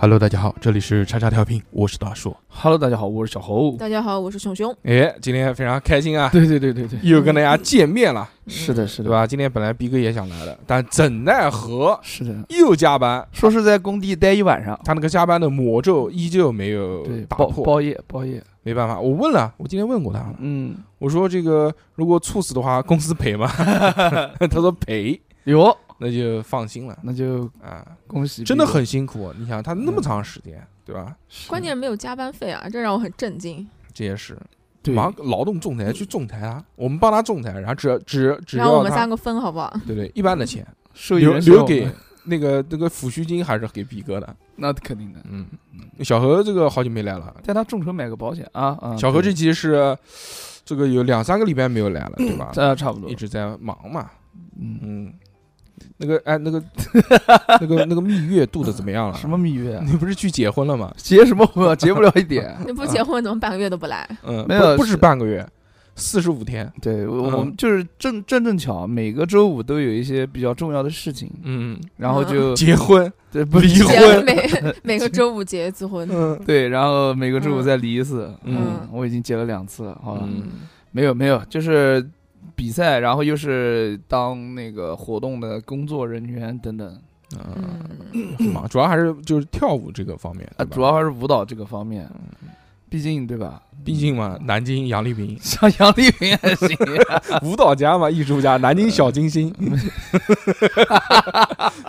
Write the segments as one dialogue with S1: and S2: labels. S1: Hello，大家好，这里是叉叉调频，我是大硕。
S2: Hello，大家好，我是小猴。
S3: 大家好，我是熊熊。
S1: 哎，今天非常开心啊，
S2: 对嗯对对对对，
S1: 又跟大家见面了，
S2: 是的，是
S1: 对
S2: 的，
S1: 吧？今天本来逼哥也想来的，但怎奈何
S2: 是的。
S1: 又加班，
S2: 说是在工地待一晚上，
S1: 他那个加班的魔咒依旧没有
S2: 对，
S1: 打
S2: 包
S1: 破，
S2: 包夜包夜，
S1: 没办法，我问了，我今天问过他了，
S2: 嗯，
S1: 我说这个如果猝死的话，公司 赔吗？他说赔，
S2: 有，
S1: 那就放心了
S2: 那就
S1: 啊，
S2: 恭喜，
S1: 真的很辛苦，啊你想他那么长时间，对吧？
S2: 是的
S3: 关键没有加班费啊，这让我很震惊。
S1: 这也是
S2: 对
S1: 忙劳动仲裁去仲裁啊，我们帮他仲裁，然后只只只
S3: 然后我
S1: 要
S3: 们
S1: 他
S3: 三个分好不好？
S1: 对对一般的钱
S2: 受益
S1: 留
S2: 人是
S1: 留
S2: 我
S1: 给
S2: 们
S1: 那个那个抚恤金还是给逼哥的，
S2: 那肯定的，
S1: 嗯，小何这个好久没来了，
S2: 带他众筹买个保险啊啊！
S1: 小何这
S2: 对
S1: 期是这个有两三个礼拜没有来了，对吧？
S2: 呃差不多
S1: 一，直在忙嘛，
S2: 嗯，
S1: 嗯，那个哎那个那个那个蜜月度的怎么样了？
S2: 什么？蜜月 啊？
S1: 你不是去结婚了吗？
S2: 结什么婚 啊？结不了一点。
S3: 你不结婚怎么半个月都不 来？
S1: 嗯，
S2: 没有
S1: 不不止
S2: 是
S1: 半个月，四十五天。
S2: 对，我我
S1: 嗯
S2: 们就是正正正巧，每个周五都有一些比较重要的事情，
S1: 嗯，
S2: 然后 就
S1: 结婚，
S2: 对不
S1: 离
S2: 结
S1: 婚
S3: 结每 每个周五结一次婚。
S1: 嗯
S2: 对，然后每个周五
S3: 嗯
S2: 再离一次。
S1: 嗯
S2: 我已经结了两次了，好吧？
S1: 嗯
S2: 没有没有，就是比赛，然后又是当那个活动的工作人员等等
S1: 啊，
S3: 嗯，
S1: 很忙，主要还是就是跳舞这个方面，对
S2: 啊，
S1: 吧嗯
S2: 主要还是舞蹈这个方面，毕竟对吧？
S1: 毕竟嘛，南京杨丽萍
S2: 像杨丽萍还行，
S1: 舞蹈家嘛，艺术家，南京小金星，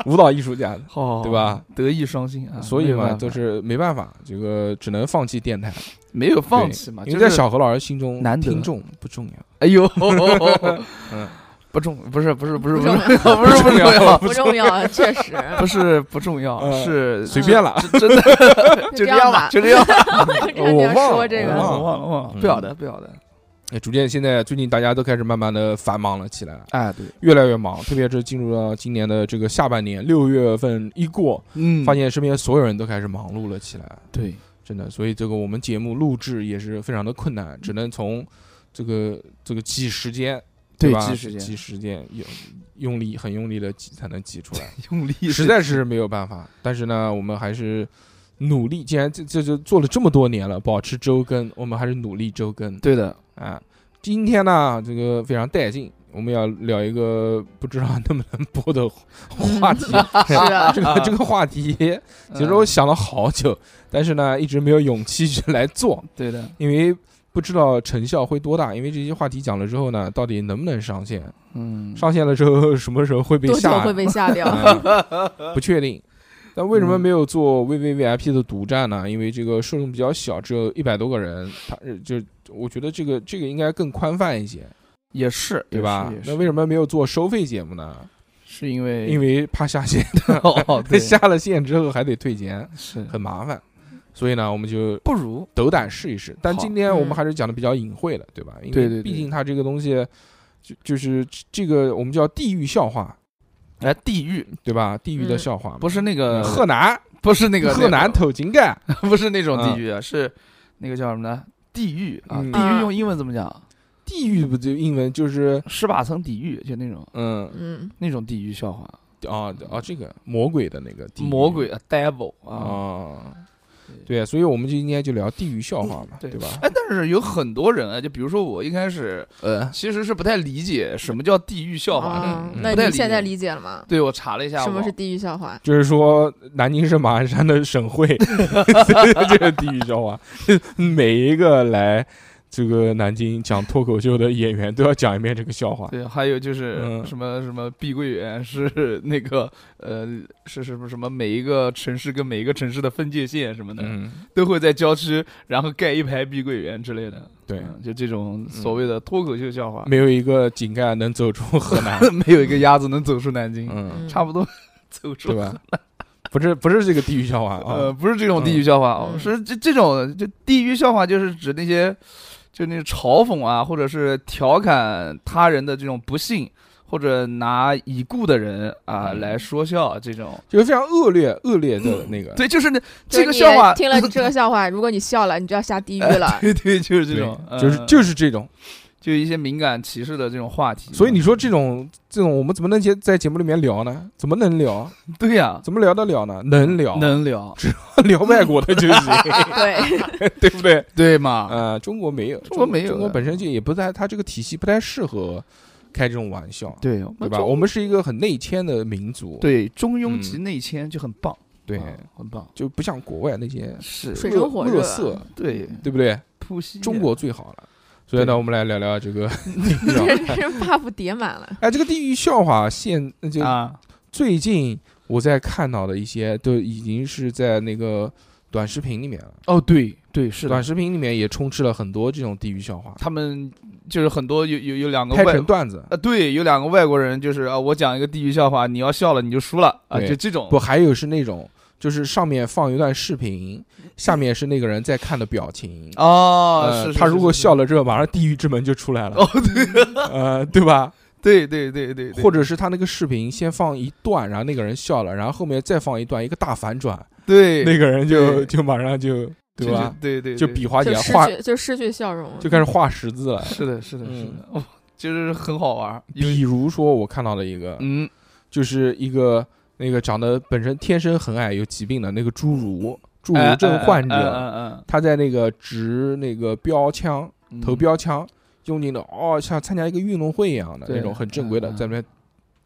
S1: 舞蹈艺术家，
S2: 好
S1: 对吧？
S2: 德艺双馨啊，
S1: 所以
S2: 没有
S1: 嘛，
S2: 办法
S1: 就是没办法，这个只能放弃电台，
S2: 没有放弃嘛，
S1: 因为
S2: 就
S1: 在
S2: 是
S1: 小何老师心中，
S2: 难得
S1: 听众不 重要，
S2: 哎呦，
S1: 嗯
S2: 不重不是不是不是
S3: 不
S2: 不
S3: 重
S2: 是
S3: 要
S2: 不是不是不重要。
S3: 不重要，确实。
S2: 不是不 重要，
S1: 嗯
S2: 是
S1: 随便 了，
S2: 真真的就这
S3: 就
S2: 样吧，
S3: 吧。
S2: 就这样吧。
S3: 我
S1: 我忘了
S3: 说 这
S1: 我
S3: 个，
S1: 忘了
S2: 忘了忘
S1: 嗯
S2: 了，不要的不要的。
S1: 哎逐渐现在最近大家都开始慢慢的繁忙了起来了。
S2: 哎，对，
S1: 越来越忙，特别是进入到今年的这个下半年，六月份一过，
S2: 嗯
S1: 发现身边所有人都开始忙碌了起来，
S2: 对，
S1: 真的，所以这个我们节目录制也是非常的困难，只能从这个这个挤时间，
S2: 对
S1: 吧？
S2: 挤时间
S1: 挤时间，用用力很用力的挤才能挤出 来，
S2: 用力
S1: 实在是没有办法。但是呢，我们还是努力，既然这这就做了这么多年了，保持周更，我们还是努力周更
S2: 对的，
S1: 啊。今天呢，这个非常带劲。我们要聊一个不知道能不能播的话题，
S3: 嗯 是啊
S1: 这个这个话题，其实
S2: 嗯
S1: 我想了好久，但是呢，一直没有勇气去来做，
S2: 对的，
S1: 因为不知道成效会多大。因为这些话题讲了之后呢，到底能不能上线？
S2: 嗯，
S1: 上线了之后， 什么时候会被
S3: 多久
S1: 下？
S3: 会被下掉？
S1: 嗯不确定。但为什么
S2: 嗯
S1: 没有做 VVVIP 的独占呢？因为这个受众比较小，只有一百多个人，他呃就我觉得这个这个应该更宽泛一些，
S2: 也是
S1: 对吧？那
S2: 那
S1: 为
S2: 为
S1: 什么没有做收费节目呢？
S2: 是因为
S1: 因
S2: 为
S1: 为怕下线，
S2: 哦，对，
S1: 下了线之后还得退钱，
S2: 是
S1: 很麻烦。所以呢，我们就
S2: 不如
S1: 斗胆试一试。但
S2: 好
S1: 今天我们
S3: 嗯
S1: 还是讲的比较隐晦的，对吧？因
S2: 对
S1: 为
S2: 对
S1: 毕
S2: 对
S1: 竟它这个东西，就就是这个我们叫地域笑话，
S2: 哎，地狱
S1: 对吧？地域的
S3: 嗯
S1: 笑话嘛，
S2: 不是那个
S1: 河南，
S2: 不是那个
S1: 河南偷井盖，
S2: 不是那种地狱啊，是那个叫什么呢？地狱啊，
S1: 嗯
S2: 地狱用英文怎么讲？
S1: 地域不就英文就是
S2: 十八层地狱，就那种
S1: 嗯
S3: 嗯，
S2: 那种地狱笑话，
S1: 啊啊这个魔鬼的那个地域
S2: 魔鬼啊，devil 啊。
S1: 啊，对，所以我们就今天就聊地域笑话嘛，
S2: 对
S1: 对吧？
S2: 哎，但是有很多人啊，就比如说我一开始
S1: 呃，
S2: 其实是不太理解什么叫地狱笑话的，
S3: 啊
S1: 嗯
S3: 那
S2: 不太理
S3: 你
S2: 解
S3: 现在理解了吗？
S2: 对我查了一下，
S3: 什么
S2: 网
S3: 是地狱笑话？
S1: 就是说南京是马鞍山的省会， 这个地域笑话，每一个来这个南京讲脱口秀的演员都要讲一遍这个笑话。
S2: 对，还有就是
S1: 啊嗯
S2: 什么什么碧桂园是那个呃是什么什么每一个城市跟每一个城市的分界线什么的，
S1: 嗯，
S2: 都会在郊区然后盖一排碧桂园之类的，
S1: 对，
S2: 嗯就这种所谓的脱口秀笑话，
S1: 没有一个井盖能走出河 南，
S2: 没有一个鸭子能走出南京，
S1: 嗯，
S2: 差不多 走出
S1: 对吧？ 不是不是这个地域笑话
S2: 呃
S1: 啊，
S2: 不是这种地狱笑话哦，
S3: 嗯
S2: 是这这种就地狱笑话就是指那些就那嘲讽啊，或者是调侃他人的这种不幸。或者拿已故的人啊、
S1: 嗯
S2: 来说笑，这种
S1: 就是非常恶劣恶劣的那个。
S2: 嗯对，就是那
S3: 就是
S2: 这个
S3: 你
S2: 笑话，
S3: 听了这个笑话，如果你笑了，你就要下地狱了。
S2: 对对，就是
S1: 对
S2: 这种，
S1: 就是
S2: 嗯
S1: 就是这种，
S2: 就一些敏感歧视的这种话题嘛。
S1: 所以你说这种这种，我们怎么能节在节目里面聊呢？怎么能聊？
S2: 对呀，
S1: 怎么聊得了呢？能聊，
S2: 嗯能聊
S1: 聊外国的就 行，
S3: 啊对，
S1: 对不对？
S2: 对嘛？
S1: 呃，中国没有，中
S2: 啊国没有
S1: 中国
S2: 的
S1: 本身就也不在，它这个体系不太适合开这种玩笑，
S2: 对
S1: 对吧？我们是一个很内迁的民族，
S2: 对中庸
S1: 嗯
S2: 及内迁就很棒，
S1: 对，
S2: 啊很棒，
S1: 就不像国外那些
S2: 是
S3: 水
S1: 乐
S3: 深火热
S1: 乐色，
S2: 对
S1: 对不对？
S2: 普西
S1: 中国最好了。所以呢，
S2: 对
S1: 我们来聊聊这个 地狱笑话。
S3: 这是 buff 叠满了。
S1: 哎，这个地狱笑话现那就
S2: 啊，
S1: 最近我在看到的一些，都已经是在那个短视频里面了。
S2: 哦对对是
S1: 短
S2: 的，
S1: 视频里面也充斥了很多这种地狱笑话，
S2: 他们就是很多有有有两个
S1: 拍
S2: 外
S1: 成段子。
S2: 啊，对，有两个外国人，就是啊，我讲一个地狱笑话，你要笑了你就输了啊，
S1: 对
S2: 就这种
S1: 不，还有是那种，就是上面放一段视频，下面是那个人在看的表情。
S2: 嗯哦，
S1: 呃
S2: 是是
S1: 他
S2: 是
S1: 如果
S2: 是
S1: 笑了之后，马上地狱之门就出来了，
S2: 哦，对
S1: 呃，对吧？
S2: 对对对对对，
S1: 或
S2: 者
S1: 者是他那个视频先放一段，然后那个人笑了，然后后面再放一段，一个大反转，
S2: 对
S1: 那个人就
S2: 对
S1: 就马上就对吧？？
S2: 对对，
S1: 就
S2: 对
S1: 比划起
S3: 就
S1: 来
S3: 失
S1: 画，
S3: 去就失去笑容了，
S1: 就开始画十字了。
S2: 是的，是的，是
S1: 嗯
S2: 的，哦，就是很好玩儿，有
S1: 比如说，我看到了一个，
S2: 嗯，
S1: 就是一个那个长得本身天生很矮、有疾病的那个侏儒侏
S2: 哎
S1: 儒症患
S2: 哎
S1: 者，
S2: 哎哎哎
S1: 他在那个执那个标枪
S2: 嗯
S1: 投标枪，用尽了哦像参加一个运动会一样的
S2: 对
S1: 那种很正规的
S2: 嗯嗯
S1: 在那边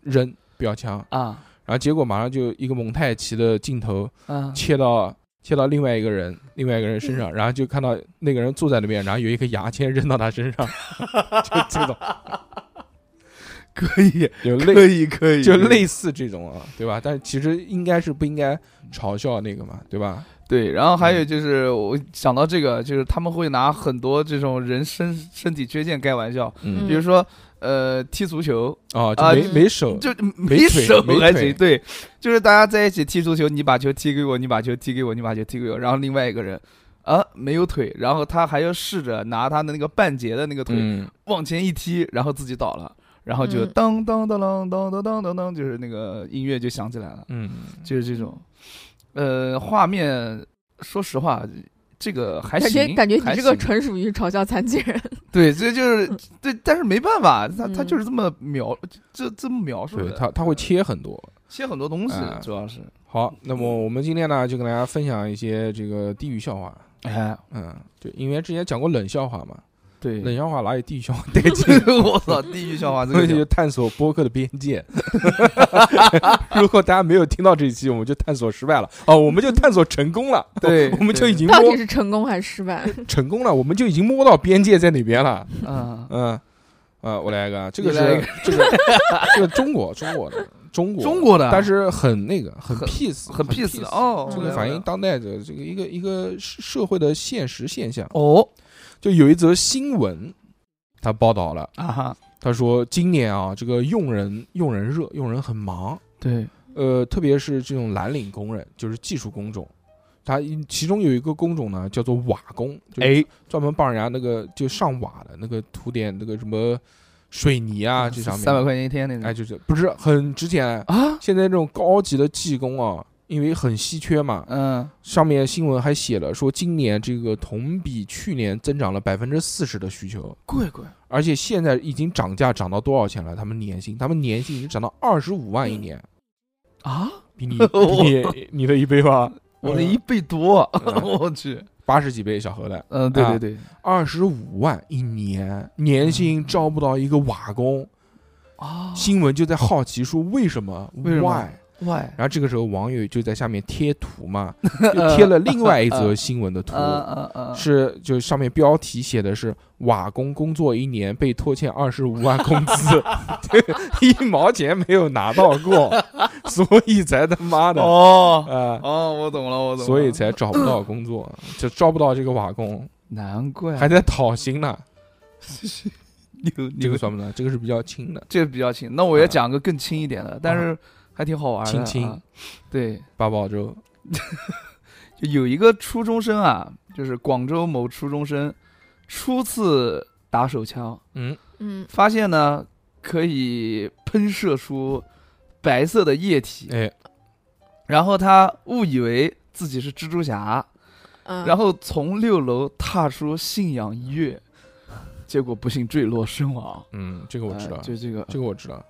S1: 扔标枪，
S2: 啊
S1: 然后结果马上就一个蒙太奇的镜头
S2: 啊，
S1: 切到。切到另外一个人，另外一个人身上，然后就看到那个人坐在那边，然后有一个牙签扔到他身上， 就这 种，
S2: 可以，
S1: 有类
S2: 可以，可以，
S1: 就
S2: 可以
S1: 类似这种啊，对吧？但是其实应该是不应该嘲笑那个嘛，对吧？
S2: 对，然后还
S1: 嗯
S2: 有就是我想到这个，就是他们会拿很多这种人身身体缺陷开玩笑，
S1: 嗯，
S3: 嗯
S2: 比如说呃踢足球，
S1: 哦，就
S2: 啊
S1: 没
S3: 嗯
S1: 没手，
S2: 就
S1: 没
S2: 没
S1: 腿
S2: 手
S1: 没
S2: 还
S1: 腿
S2: 行，对，就是大家在一起踢足球，你把球踢给我，你把球踢给我，你把球踢给我，然后另外一个人啊没有腿，然后他还要试着拿他的那个半截的那个腿、
S1: 嗯，
S2: 往前一踢，然后自己倒了，然后就
S3: 嗯
S2: 当当当当当当当当当，就是那个音乐就响起来了，
S1: 嗯，
S2: 就是这种，呃，画面，说实话。这个还
S3: 感觉
S2: 行，
S3: 感觉
S2: 还
S3: 你这个
S2: 行
S3: 纯属于嘲笑残疾人，
S2: 对，这就是对，但是没办法，他他
S3: 嗯
S2: 就是这么描，这这么描述
S1: 对
S2: 的，
S1: 他他会切很多。
S2: 切很多东西
S1: 啊，
S2: 主要是，
S1: 好，那么
S2: 嗯
S1: 我们今天呢，就跟大家分享一些这个地狱笑话。
S2: 哎，
S1: 嗯，就因为之前讲过冷笑话嘛，
S2: 对，
S1: 冷笑话哪有地狱笑话带劲？
S2: 我操，地狱笑话这
S1: 所
S2: 个
S1: 以就
S2: 就
S1: 探索播客的边 界。如果大家没有听到这一期，我们就探索失败了。哦，我们就探索成功了。
S2: 对
S1: 我们就已经
S3: 到
S1: 摸
S3: 底是成功还是失败？
S1: 成功了，我们就已经摸到边界在哪边了。
S2: 啊，
S1: 嗯，啊，我来一个啊，这个
S2: 你来一
S1: 是这个这个中国中国的中国
S2: 中国的，
S1: 但是很那个很
S2: 很
S1: peace
S2: 很 peace 的哦
S1: 这个
S2: 嗯
S1: 反映当代的这个一个一个社社会的现实现象。
S2: 哦
S1: 就有一则新闻，他报道了，
S2: 啊哈，
S1: 他说今年啊，这个用人用人热，用人很忙，
S2: 对，
S1: 呃，特别是这种蓝领工人，就是技术工种。他其中有一个工种呢，叫做瓦工，就是
S2: 哎，
S1: 专门帮人家那个就上瓦的那个涂点那个什么水泥啊这上面，
S2: 三百块钱一天那
S1: 哎就
S2: 种
S1: 是不是很值钱。
S2: 啊，
S1: 现在这种高级的技工啊，因为很稀缺嘛，
S2: 嗯，
S1: 上面新闻还写了说，今年这个同比去年增长了百分之四十的需求，
S2: 贵贵，
S1: 而且现在已经涨价涨到多少钱了？他们年薪，他们年薪已经涨到二十五万一年，
S2: 嗯啊，
S1: 比 你比你你的一倍吧，
S2: 我的一倍多，
S1: 嗯
S2: 我去，
S1: 八十几倍小荷兰，
S2: 嗯，对对对，
S1: 二十五万一年，年薪招不到一个瓦工。
S2: 啊
S1: 新闻就在好奇说为什么
S2: 为什么
S1: why？
S2: 喂，
S1: 然后这个时候网友就在下面贴图 嘛，就贴了另外一则新闻的图
S2: 嗯，嗯嗯，
S1: 是就上面标题写的是瓦工工作一年被拖欠二十五万工资， 一毛钱没有拿到 过，所以才他妈的啊、
S2: 哦
S1: 呃
S2: 哦，我懂了，我懂了，
S1: 所以才找不到工 作，就招不到这个瓦工，
S2: 难怪
S1: 还在讨薪呢。
S2: 牛
S1: 这
S2: 牛
S1: 个，算不算？这个是比较轻的。
S2: 这个比较轻，那我也
S1: 啊
S2: 讲个更轻一点的，但
S1: 啊
S2: 是还挺好玩的，
S1: 轻轻
S2: 啊，对。
S1: 八宝粥，
S2: 就有一个初中生啊，就是广州某初中生，初次打手枪，
S1: 嗯，
S3: 嗯，
S2: 发现呢可以喷射出白色的液体，
S1: 哎，
S2: 然后他误以为自己是蜘蛛侠，
S3: 嗯
S2: 然后从六楼踏出信仰医院，结果不幸坠落身亡。
S1: 嗯，这个我知道
S2: 哎，就这个呃
S1: 这个我知道，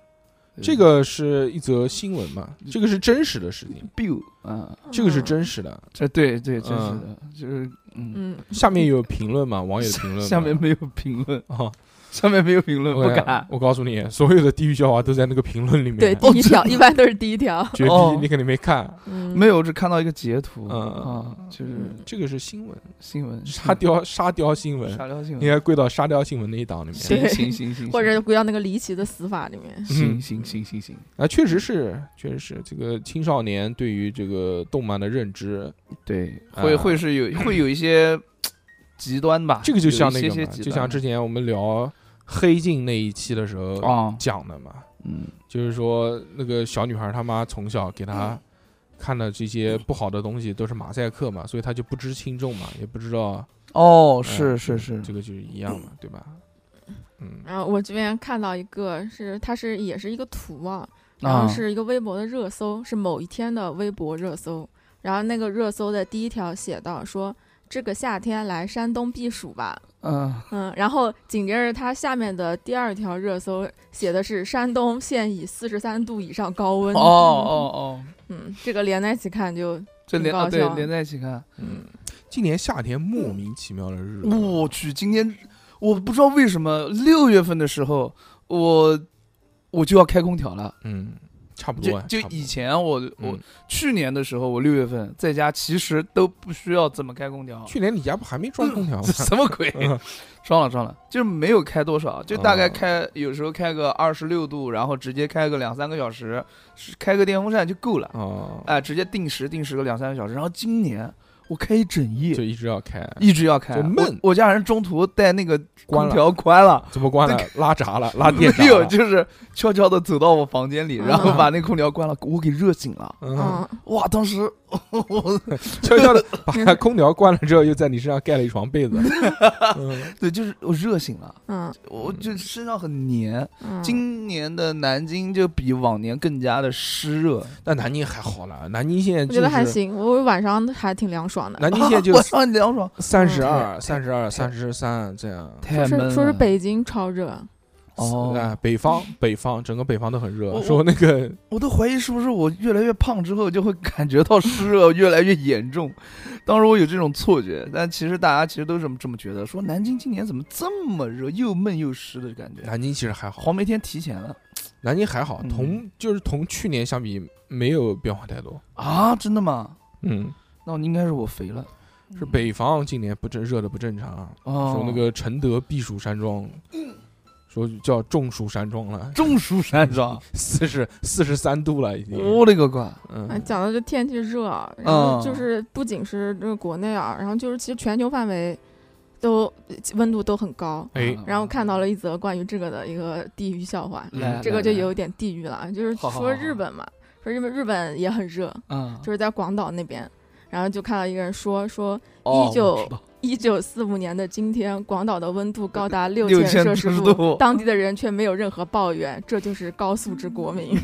S1: 这个是一则新闻嘛，这个是真实的事情，
S2: biu 啊，
S1: 这个是
S3: 嗯
S1: 真实的。
S2: 这呃对对，真是的，就是嗯，
S3: 嗯，
S1: 下面有评论嘛，网友的评论嘛，
S2: 下面没有评论，
S1: 啊，
S2: 下面没有评论，
S1: 我
S2: 不
S1: 跟你
S2: 敢。
S1: 啊我告诉你，所有的地狱笑话都在那个评论里面。
S3: 对，第一条一般都是第一条，
S1: 绝
S2: 哦
S1: 逼你肯定没看。
S3: 嗯，
S2: 没有，只看到一个截图
S1: 嗯
S2: 啊，就是
S3: 嗯
S1: 这个是新闻，
S2: 新闻
S1: 沙雕沙雕新闻，
S2: 沙雕新
S1: 应
S2: 闻，
S1: 该归到沙雕新闻那一档里面。
S3: 对
S2: 行行行行，
S3: 或者归到那个离奇的死法里面，
S1: 嗯
S2: 行行行行行，
S1: 啊，确实是，确实是这个青少年对于这个动漫的认知，
S2: 对，会
S1: 啊
S2: 会 是有会有一些极端吧，
S1: 这个就像那
S2: 有
S1: 个
S2: 一些些
S1: 嘛，
S2: 极
S1: 就
S2: 端
S1: 像之前我们聊黑镜那一期的时候
S2: 啊，
S1: 讲的嘛，
S2: 嗯，
S1: 就是说那个小女孩她妈从小给
S2: 嗯
S1: 她看的这些不好的东西都是马赛克嘛，所以她就不知轻重嘛，也不知道。
S2: 哦，
S1: 呃
S2: 是是是，
S1: 这个就是一样嘛，对吧？嗯，
S3: 然后我这边看到一个是，它是也是一个图啊，然
S2: 啊
S3: 后是一个微博的热搜，是某一天的微博热搜。然后那个热搜的第一条写到说，这个夏天来山东避暑吧，
S2: 嗯，
S3: 嗯，然后紧接着它下面的第二条热搜写的是山东现已四十三度以上高温。
S2: 哦哦哦，
S3: 嗯，这个连在一起看就，
S2: 这
S3: 挺
S2: 连啊
S3: 搞
S2: 对
S3: 笑
S2: 连在一起看，
S1: 嗯，今年夏天莫名其妙的热，
S2: 嗯我去，今天我不知道为什么六月份的时候，我我就要开空调了。
S1: 嗯，差不
S2: 就
S1: 多啊，
S2: 就
S1: 差不
S2: 以
S1: 多
S2: 前我我
S1: 嗯
S2: 去年的时候，我六月份在家其实都不需要怎么开 空调，
S1: 去年你家不还没装空调吗
S2: 这？什么鬼？
S1: 嗯
S2: 装了装了，就是没有开多少，就大概
S1: 哦
S2: 开有时候开个二十六度，然后直接开个两三个小时，是开个电风扇就够了。
S1: 哦，
S2: 哎，直接定时定时个两三个小时。然后今年我开一整夜
S1: 就，一直要开，
S2: 一直要开，
S1: 就闷
S2: 我。我家人中途带那个
S1: 关
S2: 空
S1: 了
S2: 调关了。
S1: 怎么关了？拉闸了，拉电闸
S2: 没有，
S1: 了
S2: 就是悄悄的走到我房间里，
S3: 嗯
S2: 然后把那空调关了，我给热醒了。
S1: 嗯，
S3: 嗯，
S2: 哇，当时 我
S1: 悄悄的 把空调关了之后，又在你身上盖了一床被子。嗯
S2: 对，就是我热醒了，
S3: 嗯
S2: 我就身上很黏。
S3: 嗯，
S2: 今年的南京就比往年更加的湿
S3: 啊
S2: 热，
S1: 但南京还好了，南京现在
S3: 我
S1: 就
S3: 觉得还
S1: 是
S3: 行，我晚上还挺凉爽的。
S1: 南京现在就
S2: 我嗯上凉爽，
S1: 三十二、三十二、三十三这样。
S2: 太闷
S3: 说
S2: 了。
S3: 是说是北京超热，
S2: 哦，
S1: 啊，北方北方整个北方都很热
S2: 我，
S1: 说那个
S2: 我都怀疑是不是我越来越胖之后就会感觉到湿热 越来越严重。当时我有这种错觉，但其实大家其实都这么这么觉得，说南京今年怎么这么热，又闷又湿的感觉。
S1: 南京其实还好，
S2: 黄梅天提前了
S1: 南京还好，
S2: 嗯
S1: 同就是同去年相比没有变化太多。
S2: 啊？真的吗？
S1: 嗯，
S2: 那应该是我肥了。
S1: 是北方今年不正热的不正常，
S2: 哦
S1: 说，那个承德避暑山庄，说叫中暑山庄了，
S2: 中暑山庄，
S1: 四十四十三度了已经。
S2: 我勒个乖！
S3: 哎，
S1: 嗯，
S3: 讲的这天气热啊，然后
S2: 嗯
S3: 就是不仅是这个国内啊，然后就是其实全球范围都呃温度都很高。
S1: 哎，
S2: 嗯
S3: 然后看到了一则关于这个的一个地域笑话，
S2: 来，
S3: 嗯这个就
S2: 来
S3: 有点地域了啊，就是
S2: 好好
S3: 说
S2: 好
S3: 日本嘛，说日本日本也很热，
S2: 来嗯，
S3: 就是在广岛那边，然后就看到一个人说说
S2: 哦
S3: 19
S2: 我知 道
S3: 一九四五年的今天，广岛的温度高达六
S2: 6000
S3: 千
S2: 摄
S3: 摄氏
S2: 氏度
S3: 度，当地的人却没有任何抱怨，这就是高素质国民。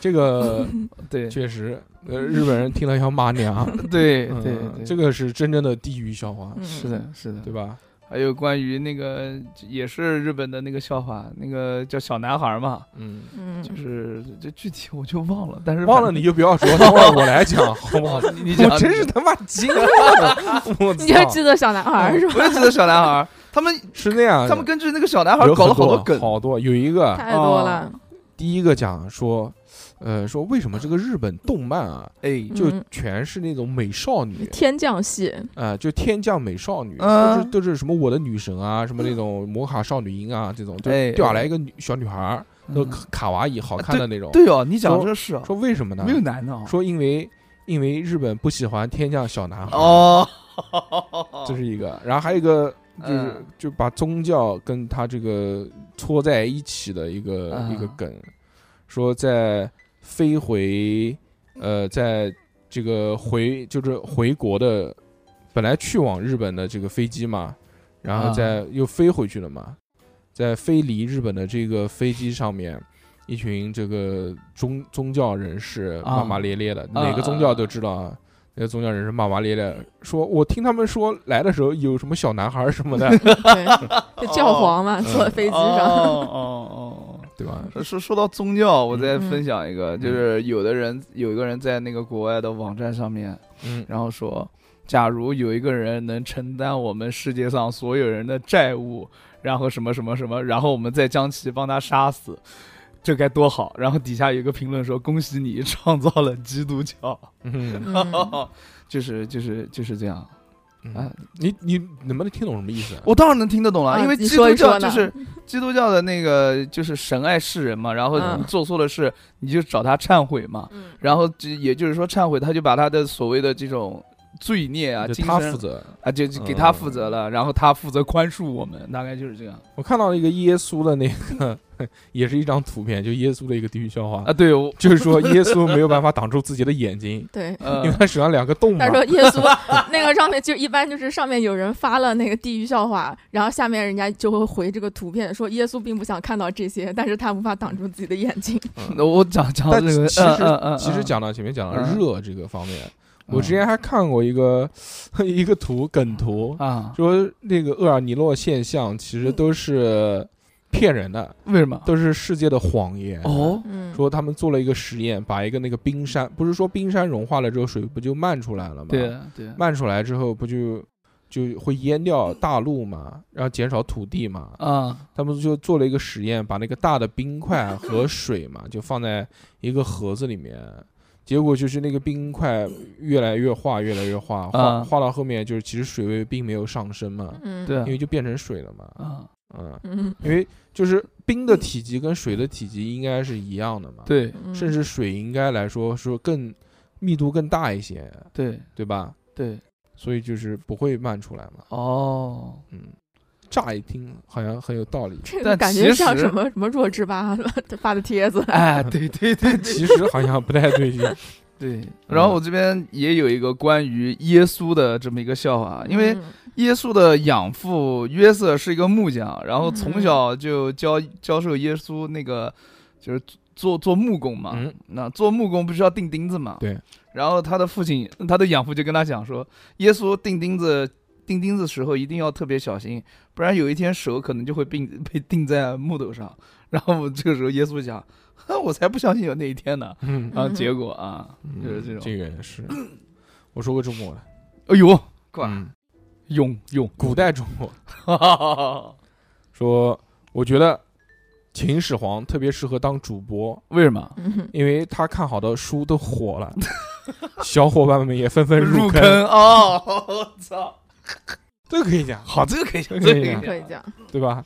S1: 这个
S2: 对
S1: 确实，呃，日本人听了要骂娘。
S2: 对
S1: 嗯
S2: 对对，
S1: 这个是真正的地狱笑话，
S3: 嗯
S2: 是的，是的
S1: 对。吧？
S2: 还有关于那个也是日本的那个笑话，那个叫小男孩嘛，
S1: 嗯，
S3: 嗯，
S2: 就是这具体我就忘了，但是
S1: 忘了你就不要说，忘了我来讲，好不好？
S2: 反正， 你讲
S1: 我真是 他妈惊了！ 我
S3: 你就
S1: 操，
S3: 记得小男孩儿是吧？
S2: 嗯我也记得小男孩，他们
S1: 是那样的。
S2: 他们根据那个小男孩
S1: 哎有
S2: 啊搞了好
S1: 很
S2: 多梗，
S1: 好多有一个
S3: 太多了，
S2: 哦
S1: 第一个讲说，呃，说为什么这个日本动漫啊，
S2: 哎，
S1: 就
S3: 嗯
S1: 全是那种美少女，
S3: 天降系，
S1: 呃，就天降美少女，
S2: 嗯
S1: 都是都是什么我的女神啊，什么那种魔卡少女樱啊，这种就
S2: 哎
S1: 掉下来一个女小女孩儿，都
S2: 嗯
S1: 卡卡哇伊好看的那种。
S2: 对哦，你讲这个是哦，
S1: 说为什么呢
S2: 没？有男的哦，
S1: 说因为因为日本不喜欢天降小男孩，
S2: 哦，
S1: 这是一个。然后还有一个就是
S2: 嗯
S1: 就把宗教跟他这个搓在一起的一个
S2: 嗯
S1: 一个梗，说在飞回呃，在这个回就是回国的，本来去往日本的这个飞机嘛，然后
S2: 啊
S1: 再又飞回去了嘛，在飞离日本的这个飞机上面。一群这个宗宗教人士
S2: 啊
S1: 骂骂咧咧的，
S2: 啊
S1: 哪个宗教都知道啊。那宗教人士骂骂咧咧，说我听他们说来的时候有什么小男孩儿什么 的，
S3: 对，就教皇嘛，
S1: 哦
S3: 坐飞机上，
S2: 嗯哦哦
S1: 对吧？
S2: 哦，说说到宗教，我再
S3: 嗯
S2: 分享一个，就是有的人有一个人在那个国外的网站上面，
S1: 嗯，
S2: 然后说，假如有一个人能承担我们世界上所有人的债务，然后什么什么什么，然后我们再将其帮他杀死。这该多好！然后底下有一个评论说：“恭喜你创造了基督教。
S1: 嗯，
S2: 就是就是就是这样。
S1: 嗯
S2: 啊
S1: 你你能不能听懂什么意思啊？
S2: 我当然能听得懂了，
S3: 啊
S2: 因为
S3: 你
S2: 基
S3: 说
S2: 督
S3: 一说
S2: 教
S3: 呢
S2: 就是基督教的那个就是神爱世人嘛，然后
S3: 嗯
S2: 你做错了事，你就找他忏悔嘛，
S3: 嗯，
S2: 然后就也就是说忏悔，他就把他的所谓的这种罪孽啊，
S1: 就
S2: 精
S1: 他
S2: 神
S1: 负责。嗯
S2: 啊，就就给他负责了，然后他负责宽恕我们，大概就是这样
S1: 我看到了一个耶稣的那个， 也是一张图片，就耶稣的一个地狱笑话
S2: 啊。，对，我
S1: 就是说耶稣没有办法挡住自己的眼睛，
S3: 对。
S2: 呃
S1: 因为他手上两个洞嘛
S3: 他。说
S2: 嗯
S3: 耶稣那个上面就一般就是上面有人发了那个地狱笑话，然后下面人家就会回这个图片说耶稣并不想看到这些，但是他无法挡住自己的眼睛。
S1: 嗯
S2: 那我讲讲
S1: 但
S2: 这个，
S1: 其
S2: 嗯
S1: 实
S2: 嗯嗯
S1: 其实
S2: 嗯
S1: 讲到前面讲了
S2: 嗯
S1: 热这个方面，
S2: 嗯
S1: 我之前还看过一个 一个图梗图，
S2: 啊，
S1: 说那个厄尔尼诺现象其
S2: 嗯
S1: 实都是骗人的，
S2: 为什么？
S1: 都是世界的谎言。
S2: 哦，
S3: 嗯，
S1: 说他们做了一个实验，把一个那个冰山，不是说冰山融化了之后水不就漫出来了吗？
S2: 对对，
S1: 漫出来之后不就就会淹掉大陆嘛，然后减少土地嘛。
S2: 啊
S1: 他们就做了一个实验，把那个大的冰块和水嘛，就放在一个盒子里面。结果就是那个冰块越来越化，越来越化，化
S2: 啊
S1: 化到后面就是其实水位并没有上升嘛，
S3: 嗯，
S2: 对
S1: 因为就变成水了嘛。
S2: 啊
S1: 嗯，
S3: 嗯，
S1: 因为就是冰的体积跟水的体积应该是一样的嘛。
S2: 对
S3: 嗯，，
S1: 甚至水应该来说说更密度更大一些，
S2: 对
S1: 对吧？
S2: 对
S1: 所以就是不会漫出来嘛。
S2: 哦。
S1: 嗯，乍一听好像很有道理
S3: 这个
S2: 但
S3: 感
S2: 其
S3: 觉像
S2: 实
S3: 什么什么弱智吧发的帖子。
S2: 哎，对对对对
S1: 其实好像不太对劲。
S2: 对。然后我这边也有一个关于耶稣的这么一个笑话，啊因为
S3: 嗯
S2: 耶稣的养父约瑟是一个木匠，然
S1: 嗯
S2: 后从小就教教授耶稣那个就是做做木工嘛。
S1: 嗯，
S2: 那做木工不是要钉钉子嘛？
S1: 对。
S2: 然后他的父亲，他的养父就跟他讲说，耶稣钉钉子。钉钉子时候一定要特别小心，不然有一天手可能就会被被钉 在木头上。然后这个时候耶稣讲：“ 我才不相信有那一天呢。”
S1: 嗯，
S2: 然后
S3: 嗯
S2: 结果啊，就是这种
S1: 这个也是。我说过中国的，
S2: 哎呦，快
S1: 嗯，
S2: 用用，
S1: 古代中国说，我觉得秦始皇特别适合当主播，
S2: 为什么？
S3: 嗯
S1: 因为他看好的书都火了，小伙伴们也纷纷入
S2: 坑哦！我操，
S1: 这个可以讲，
S2: 好，这个可以
S1: 这
S2: 讲，
S1: 个
S2: 这
S1: 可以讲
S2: 个可以
S3: 可以
S2: 讲，
S3: 讲，
S1: 对吧？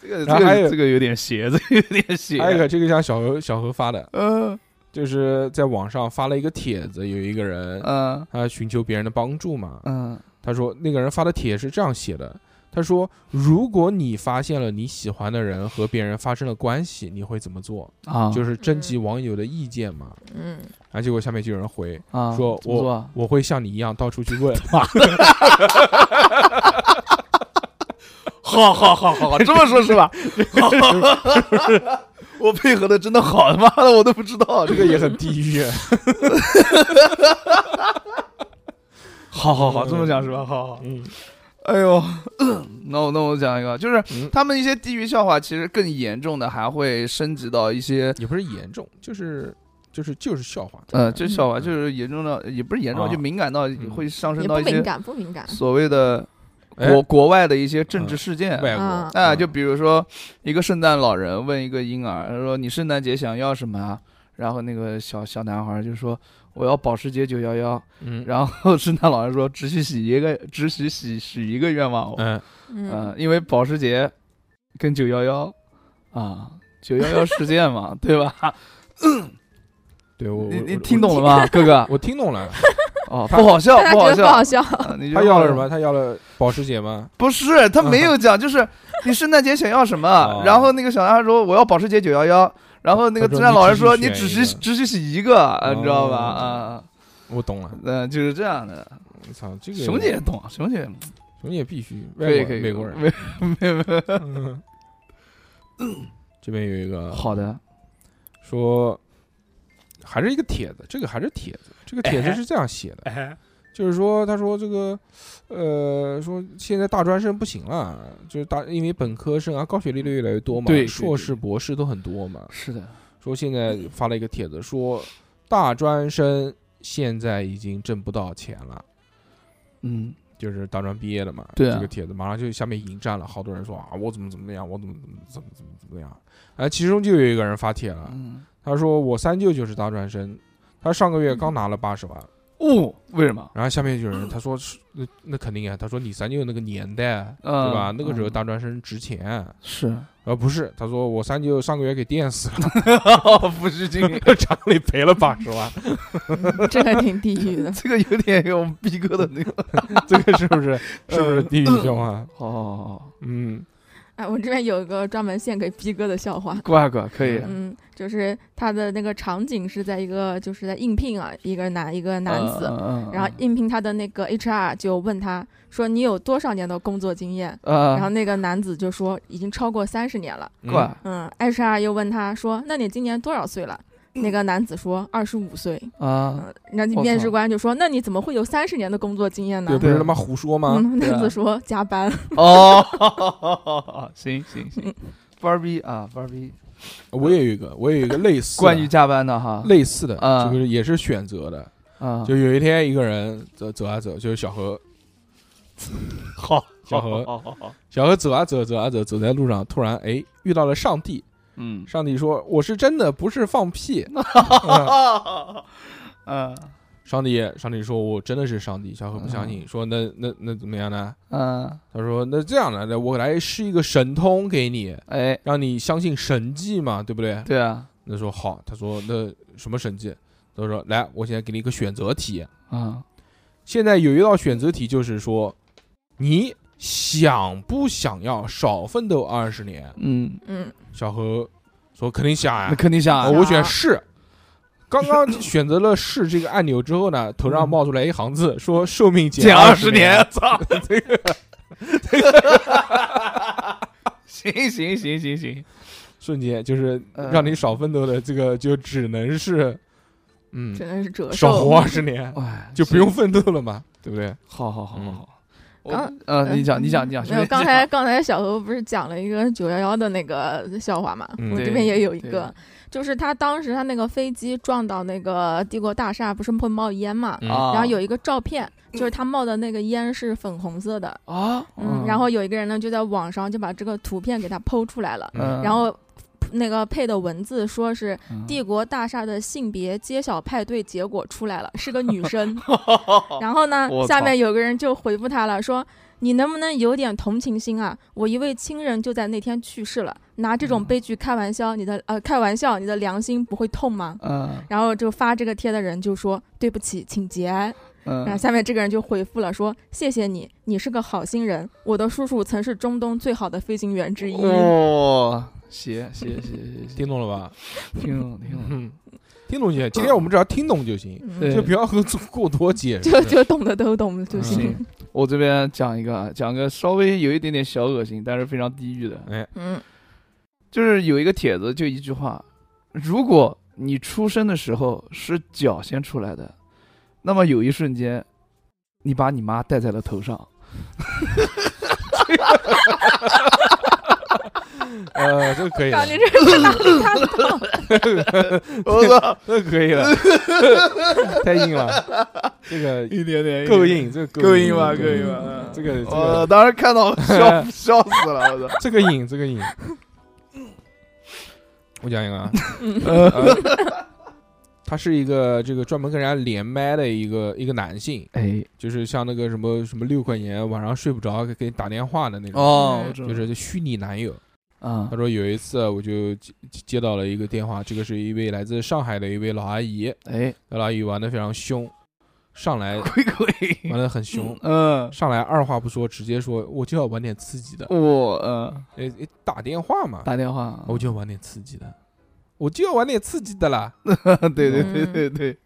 S2: 这个
S1: 然后
S2: 这
S1: 还有
S2: 个这个有点邪， 这个有点邪。
S1: 还有一个，这个像小何小何发的，
S2: 嗯
S1: 就是在网上发了一个帖子，有一个人
S2: 嗯
S1: 他寻求别人的帮助嘛，
S2: 嗯
S1: 他说那个人发的帖是这样写的，他说如果你发现了你喜欢的人和别人发生了关系，你会怎么做？
S2: 啊，
S1: 就是是征集网友的意见嘛。
S3: 嗯，
S1: 然后结果下面就有人回
S2: 啊，
S1: 说
S2: 怎么做啊
S1: 我会像你一样到处去问，
S2: 好好好好，好，这么说是 吧？好好好我配合的真的好，他妈的我都不知道
S1: 这个也很地狱。 啊
S2: 好好好，这么讲是吧？好好。
S1: 嗯
S2: 哎呦， 那我那我讲一个，就是
S1: 嗯
S2: 他们一些地域笑话，其实更严重的还会升级到一些，
S1: 也不是严重，就是就是就是笑话。
S2: 呃，就笑话
S1: 嗯
S2: 就是严重到也不是严重，
S1: 啊
S2: 就敏感到会上升
S3: 也
S2: 到
S3: 不
S2: 一
S3: 敏
S2: 些
S3: 感，不敏感。
S2: 所谓的
S1: 哎
S2: 国国外的一些政治事件。
S1: 外国
S3: 嗯
S2: 啊，就比如说一个圣诞老人问一个婴儿，他说：“你圣诞节想要什么啊？”然后那个小小男孩就说：“我要保时捷911。”
S1: 嗯
S2: 然后圣诞老人说：“只许许一个， 只许许许一个愿望。”
S1: 嗯
S3: 嗯
S2: 嗯，因为保时捷跟九幺幺啊，九幺幺事件嘛，对吧？
S1: 对我
S2: 你
S1: 我
S2: 你
S1: 我
S2: 听懂 了吗，哥哥？
S1: 我听懂了，
S2: 哦，
S1: 他
S2: 不好笑，
S3: 但他
S2: 不好
S3: 觉得不好
S2: 笑。
S3: 笑，
S2: 啊你就
S1: 他要了什么？？他要了保时捷吗？
S2: 不是，他没有讲，就是你圣诞节想要 什
S1: 哦
S2: 么？然后那个小男孩说我要保时捷九幺幺，然后那个
S1: 他说
S2: 圣诞老人说
S1: 你
S2: 你
S1: 只
S2: 只
S1: 许
S2: 许只许洗一个，啊你知道吧？
S1: 哦
S2: 啊，
S1: 我懂了，
S2: 嗯，就是这样的。
S1: 我操，这个
S2: 熊姐懂，啊熊姐
S1: 熊姐必须外
S2: 可以
S1: 国
S2: 可以，
S1: 美国人。啊
S2: 没，没有没有。
S1: 嗯这边有一个
S2: 好的，
S1: 说，还是一个帖子，这个还是帖子，这个帖子
S2: 哎
S1: 是这样写的，就是说，他说这个，呃，说现在大专生不行了，就是大因为本科生啊，高学历的越来越多嘛，
S2: 对对
S1: 硕士、博士都很多嘛。
S2: 是的，
S1: 说现在发了一个帖子，说大专生现在已经挣不到钱了。
S2: 嗯，
S1: 就是大专毕业了嘛，
S2: 对啊
S1: 这个帖子马上就下面迎战了，好多人说啊，我怎么怎么样，我怎么怎么怎么怎么怎么样，哎，其中就有一个人发帖了，
S2: 嗯，
S1: 他说我三舅就是大专生，他上个月刚拿了八十万，
S2: 哦，为什么？
S1: 然后下面就有人他说是那那肯定啊，他说你三舅那个年代对
S2: 嗯
S1: 吧，那个时候
S2: 嗯
S1: 大专生值钱，
S2: 是，
S1: 呃不是，他说我三舅上个月给电死了，
S2: 哦不是这个，。
S1: 厂里赔了 八十万，
S3: 这个挺地狱的
S2: 这个有点有我们逼哥的那 个。
S1: 这个是不
S2: 呃
S1: 是是不是地狱
S2: 嗯
S1: 笑话？
S2: 哦，
S1: 嗯，
S3: 哎，我这边有一个专门献给逼哥的笑话。
S2: 乖乖可以，
S3: 嗯，就是他的那个场景是在一个就是在应聘啊，一个男一个男子，
S2: 嗯，
S3: 然后应聘他的那个 HR 就问他说你有多少年的工作经验？
S2: 啊，
S3: 然后那个男子就说已经超过三十年了。
S1: 嗯
S2: 怪
S3: 嗯，HR 又问他说那你今年多少岁了？
S2: 嗯
S3: 那个男子说二十五岁。
S2: 啊，
S3: 嗯，那你
S2: 我
S3: 面
S2: 操
S3: 试官就说那你怎么会有三十年的工作经验
S1: 对，
S3: 呢？
S1: 不是他妈胡说吗？
S3: 嗯，
S2: 对啊
S3: 男子说加班。
S2: 哦，行行行
S3: 嗯，
S2: 班儿逼啊，班儿逼，
S1: 我也有一个，我也有一个类似的
S2: 关于加班的哈，
S1: 类似的，
S2: 啊
S1: 就是也是选择的。
S2: 啊，
S1: 就有一天，一个人走走啊走，就是小何，
S2: 好，
S1: 小何
S2: 好好好，
S1: 小何走啊走，走啊走，走在路上，突然哎遇到了上帝，
S2: 嗯，
S1: 上帝说我是真的，不是放屁。嗯
S2: 啊， 嗯
S1: 上帝，上帝说我真的是上帝。小何不相
S2: 啊
S1: 信，说那那那怎么样呢？
S2: 嗯，
S1: 他说那这样的，那我来施一个神通给你，
S2: 哎，
S1: 让你相信神迹嘛，对不对？
S2: 对啊，
S1: 那说好，他说那什么神迹？他说来，我现在给你一个选择题，
S2: 嗯，
S1: 现在有一道选择题，就是说，你想不想要少奋斗二十年？
S2: 嗯，
S3: 嗯，
S1: 小何说肯定想
S2: 那
S1: 啊，
S2: 肯定想
S1: 哦
S2: 啊
S3: 想，
S1: 我选是。刚刚选择了是这个按钮之后呢，头上冒出来一行字，说寿命减
S2: 嗯减二十
S1: 年。，
S2: 操，
S1: 这个
S2: 行行行行行，
S1: 瞬间就是
S2: 嗯
S1: 让你少奋斗的这个，就只能是，嗯，
S3: 真的是折
S1: 少
S3: 寿。
S1: 活二十年，
S2: 哎，
S1: 就不用奋斗了嘛，对不对？
S2: 好好好好
S1: 嗯
S2: 好。
S3: 刚
S2: 呃，你讲，你讲，你讲。
S3: 没嗯有，刚才刚才小何不是讲了一个九幺幺的那个笑话嘛？
S1: 嗯
S3: 我这
S2: 对
S3: 边也有一
S2: 对
S3: 个，就是他当时他那个飞机撞到那个帝国大厦，不是会冒烟嘛？
S1: 嗯
S2: 啊，
S3: 然后有一个照片，就是他冒的那个烟是粉红色的。
S2: 啊，
S3: 嗯，然后有一个人呢就在网上就把这个图片给他剖出来了，
S2: 嗯
S3: 然后那个配的文字说是帝国大厦的性别揭晓派对结果出来了，是个女生。然后呢
S2: 我，
S3: 下
S2: 操
S3: 面有个人就回复他了，说：“你能不能有点同情心啊？我一位亲人就在那天去世了，拿这种
S2: 嗯
S3: 悲剧开玩笑，你的呃开玩笑，你的良心不会痛吗？”
S2: 嗯
S3: 然后就发这个贴的人就说：“对不起，请节哀。”然后
S2: 嗯，
S3: 下面这个人就回复了说：“谢谢你，你是个好心人。我的叔叔曾是中东最好的飞行员之一。
S2: 哦，写写写写，
S1: 听懂了吧？
S2: 听懂听懂。
S1: 嗯，听懂就行。今天我们只要听懂就行。
S3: 嗯
S2: 对
S1: 就不要和做过多解释。
S3: 就就懂的都懂就
S1: 嗯
S3: 行。
S2: 行，我这边讲一个，啊，讲个稍微有一点点小恶心，但是非常地狱的，
S1: 哎，
S3: 嗯
S2: 就是有一个帖子，就一句话：如果你出生的时候是脚先出来的，那么有一瞬间，你把你妈戴在了头上。
S1: 呃，这可以了，
S3: 感觉这 个太难看了
S2: 我操，
S1: 这可以了，太硬了，这 个
S2: 一点点
S1: 够，硬，这个
S2: 够
S1: 硬
S2: 硬吧，够
S1: 够
S2: 硬
S1: 硬呃
S2: 吧。嗯
S1: 这个这
S2: 我
S1: 个
S2: 当时看到了 笑笑死了，我操！
S1: 这个硬，这个 硬。我讲一 个啊，
S2: 呃
S1: 呃他是一个这个专门跟人家连麦的一个一个男性，
S2: 哎，
S1: 就是像那个什么什么六块钱晚上睡不着给给你打电话的那种，
S2: 哦，我知道
S1: 就是虚拟男友。
S2: 啊
S1: 他，说有一次我就接接到了一个电话，这个是一位来自上海的一位老阿姨，
S2: 哎，
S1: 老阿姨玩的非常凶，上来
S2: 鬼鬼，
S1: 玩的很凶，
S2: 嗯，
S1: 上来二话不说直接说我就要玩点刺激的，
S2: 我呃
S1: 诶诶打电话嘛，
S2: 打电话，
S1: 我就要玩点刺激的，我就要玩点刺激的啦。
S2: 对对对对对，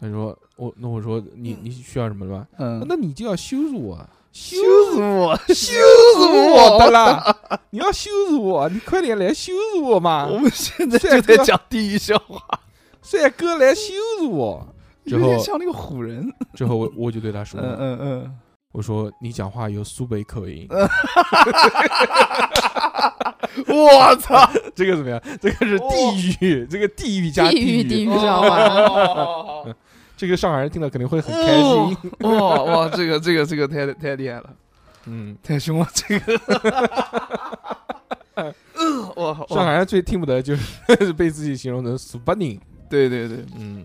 S1: 他说我那我说你你需要什么吗？
S2: 嗯，
S1: 那你就要羞辱我，羞
S2: 羞辱我， 羞辱
S1: 我的
S2: 我！
S1: 啦， 你要羞辱我，你快点来羞辱
S2: 啊
S1: 我嘛
S2: 我，们现在就在讲地狱笑话，
S1: 帅哥来羞辱我。之
S2: 有
S1: 后
S2: 点像那个唬人，
S1: 之后我我就对他说
S2: 嗯，嗯嗯，
S1: 我说你讲话有苏北口音，
S2: 我操，
S1: 这个怎么样？这个是地域，这个哦地域加
S3: 地域地
S1: 域
S3: 域，笑话，
S2: 哦
S1: 这个上海人听了肯定会很开心。
S2: 哇哇，这个这个这个太太厉害了，
S1: 嗯，
S2: 太凶了，这个，呃哇
S1: 上
S2: 哇，
S1: 海人最听不得就是 被自己形容成苏北人。
S2: 对对对，哎
S1: 嗯，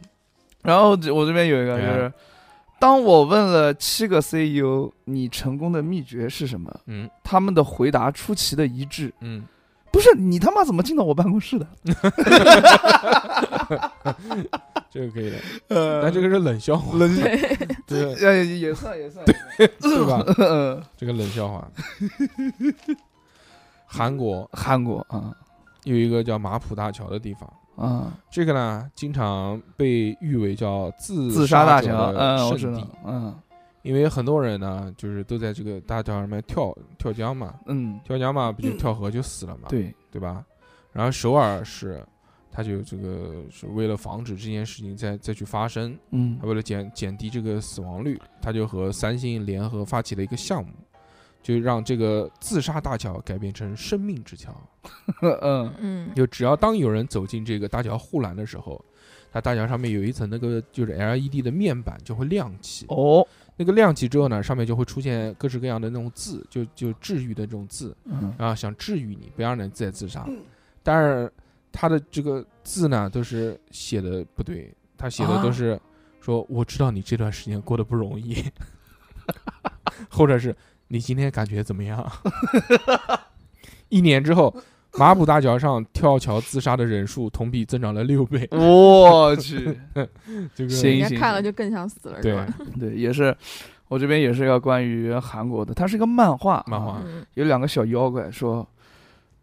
S2: 然后这我这边有一个就
S1: 对啊
S2: 是，当我问了七个 CEO 你成功的秘诀是什么，
S1: 嗯
S2: 他们的回答出奇的一致，
S1: 嗯，
S2: 不是你他妈怎么进到我办公室的？
S1: 这个可以的，
S2: 呃
S1: 但这个是冷笑话，嗯冷对
S2: 呃也算也算，
S1: 对 吧？
S2: 嗯，
S1: 这个冷笑话。韩国
S2: 韩国啊
S1: 有一个叫马浦大桥的地方，
S2: 啊，
S1: 这个呢经常被誉为叫自
S2: 自杀大
S1: 者
S2: 桥，
S1: 的
S2: 嗯，我知
S1: 圣
S2: 道
S1: 地，
S2: 嗯
S1: 因为很多人呢就是都在这个大桥上面跳跳江嘛，
S2: 嗯，
S1: 跳江嘛，不就跳河就死了嘛，
S2: 对，
S1: 对吧？然后首尔是，他就这个是为了防止这件事情再再去发生，
S2: 嗯
S1: 他为了减减低这个死亡率，他就和三星联合发起了一个项目，就让这个自杀大桥改变成生命之桥，
S2: 嗯
S3: 嗯，
S1: 就只要当有人走进这个大桥护栏的时候。它大桥上面有一层那个就是 LED 的面板就会亮起，
S2: 哦，
S1: 那个亮起之后呢，上面就会出现各式各样的那种字，就就治愈的这种字，
S2: 嗯
S1: 啊，想治愈你，不要让你再自杀。但是他的这个字呢，都是写的不对，他写的都
S2: 啊
S1: 是说、我知道你这段时间过得不容易， 或者是你今天感觉怎么样？ 一年之后，马浦大桥上跳桥自杀的人数同比增长了六倍。
S2: 嗯我去，
S1: 这个
S2: 行
S3: 人家看了就更想死了，是
S1: 对
S3: 吧？
S2: 对，也是，我这边也是要关于韩国的，它是一个漫画，
S1: 漫画
S2: 啊
S3: 嗯
S2: 有两个小妖怪说。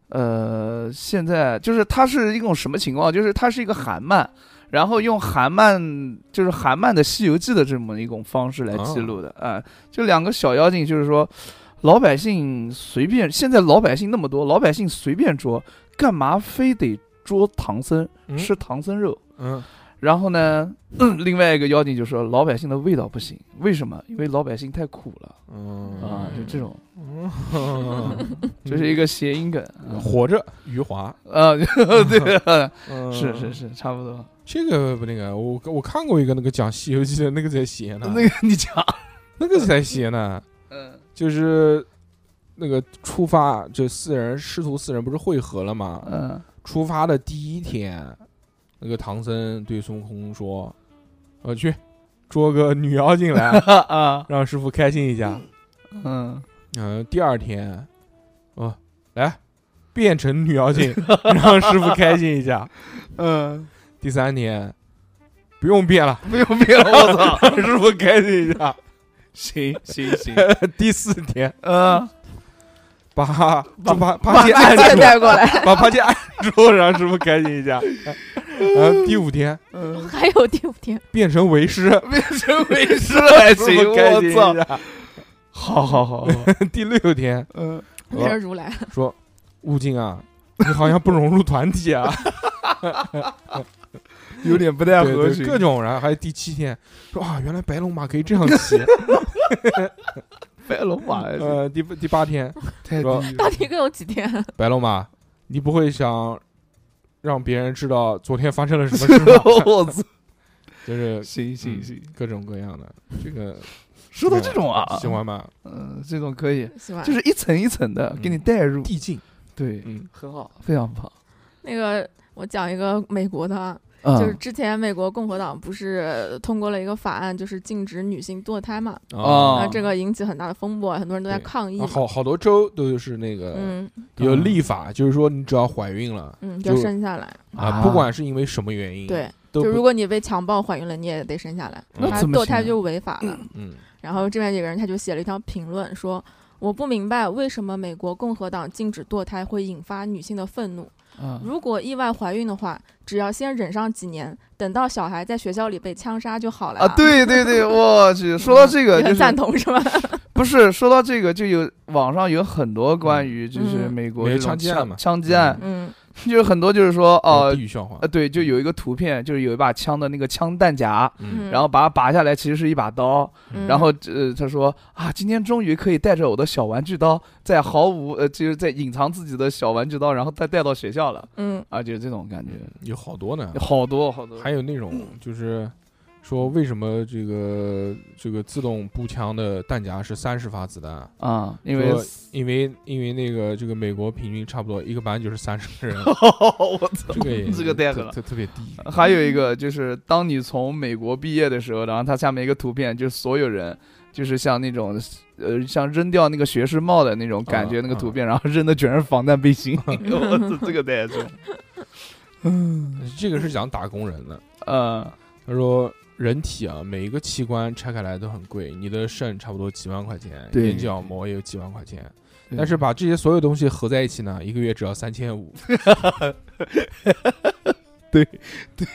S2: 呃，现在就是它是一种什么情况？就是它是一个韩漫，然后用韩漫就是韩漫的《西游记》的这么一种方式来记录的啊、就两个小妖精，就是说老百姓随便，现在老百姓那么多，老百姓随便捉，干嘛非得捉唐僧、
S1: 嗯
S2: 吃唐僧肉？
S1: 嗯
S2: 然后呢， 嗯另外一个妖精就说老百姓的味道不行，为什么？因为老百姓太苦了
S1: 嗯
S2: 啊，就这种，
S1: 嗯，
S2: 这是一个谐音梗啊
S1: 活着余华，
S2: 啊， 对，
S1: 嗯
S2: 是是是，差不多。
S1: 这个不那个，我我看过一个那个讲《西游记》的那个在写呢，
S2: 那个 你讲，
S1: 那个才邪呢，
S2: 嗯
S1: 就是那个出发，这四人师徒四人不是会合了吗？
S2: 嗯
S1: 出发的第一天，那个唐僧对孙悟空说：“我去捉个女妖精 来，
S2: 啊啊
S1: 让师傅开心一下。
S2: 嗯，”
S1: 嗯，第二天，哦，来变成女妖精，让师傅开心一下。
S2: 嗯，
S1: 第三天，不用变了，
S2: 没有没有，我操，
S1: 让师傅开心一下。
S2: 行行行，
S1: 第四天，
S2: 嗯，
S1: 把把把
S3: 把
S1: 把
S3: 把剑带 过来，
S1: 把螃蟹按住，让师傅开心一下。然后第五天
S2: 嗯，
S3: 还有第五天，
S1: 变成为师，
S2: 变成为师还
S1: 师
S2: 行，
S1: 傅开心一
S2: 我操，
S1: 下。
S2: 好好好，
S1: 第六天
S2: 嗯，
S3: 变成如来，
S1: 说，悟净啊，你好像不融入团体啊，
S2: 有点不 太
S1: 对
S2: 合
S1: 对，
S2: 群，
S1: 各种。然后还有第七天说啊，原来白龙马可以这样 骑。
S2: 白龙马还是
S1: 呃，第八第八天，
S2: 太低
S1: 说
S3: 到
S2: 了，
S3: 底共有几天？啊
S1: 白龙马，你不会想让别人知道昨天发生 了什么事啊吧？
S2: 我 操，
S1: 就是
S2: 行行
S1: 嗯
S2: 行，
S1: 各种各样的这个
S2: 说到这种啊，
S1: 喜欢吧？
S2: 嗯，这种可以，
S3: 喜欢
S2: 就是一层一层
S1: 嗯
S2: 的给你带入，
S1: 递进，
S2: 对，
S1: 嗯
S2: 很好，非常棒。
S3: 那个，我讲一个美国的啊，
S2: 啊
S3: 就是之前美国共和党不是通过了一个法案，就是禁止女性堕胎嘛，
S2: 哦
S3: 啊，这个引起很大的风波，很多人都在
S1: 嗯对
S3: 抗议
S1: 啊
S3: 嘛。
S1: 好好多州都是那个，
S3: 嗯
S1: 有立法，就是说你只要怀孕了
S3: 嗯，
S1: 就
S3: 就生下来。
S1: 啊，不管是因为什么原因，
S3: 对，
S1: 都
S3: 就
S1: 不
S3: 如果你被强暴怀孕了，你也得生下来，
S1: 那
S3: 他
S2: 怎么
S3: 堕胎
S2: 行啊
S3: 就违法了。
S1: 嗯
S3: 然后这边有个人他就写了一条评论说。我不明白为什么美国共和党禁止堕胎会引发女性的愤怒。
S2: 啊，
S3: 如果意外怀孕的话，只要先忍上几年，等到小孩在学校里被枪杀就好了嗯
S2: 啊，对对对，我去，说到这个
S3: 你
S2: 就
S3: 很赞
S2: 是
S3: 同是吧？
S2: 不是说到这个就有网上有很多关于就是
S3: 嗯
S2: 美国
S1: 没
S2: 这
S1: 有枪
S2: 种
S1: 击案嘛嗯
S2: 枪击案，
S3: 嗯，
S2: 就是很多就是说哦
S1: 地。狱笑话
S2: 呃，，对，就有一个图片，就是有一把枪的那个枪弹夹，
S1: 嗯，
S2: 然后把它拔下来，其实是一把刀。
S3: 嗯
S2: 然后呃，他说啊，今天终于可以带着我的小玩具刀，在毫无呃，就是在隐藏自己的小玩具刀，然后再带到学校了
S3: 嗯，
S2: 啊，就是这种感觉，
S1: 有好多呢，
S2: 好多好多。
S1: 嗯还有那种就是说为什么这个这个自动步枪的弹夹是三十发子弹？
S2: 啊，因为
S1: 说因为因为那个这个美国平均差不多一个班就是三十 个人，
S2: 我操！
S1: 这个也
S2: 这个太狠
S1: 特
S2: 了
S1: 特特别低。
S2: 还有一个就是，当你从美国毕业的时候，然后它下面一个图片，就是所有人，就是像那种，呃，像扔掉那个学士帽的那种感觉，
S1: 啊
S2: 那个图片，然后扔的全是防弹 背心，我操，这个太重。
S3: 嗯
S1: 这个是讲打工人的，
S2: 呃，
S1: 他说人体啊每一个器官拆开来都很贵，你的肾差不多几万块钱，
S2: 对
S1: 眼角膜也有几万块钱，但是把这些所有东西合在一起呢，一个月只要三千五。
S2: 对
S1: 对，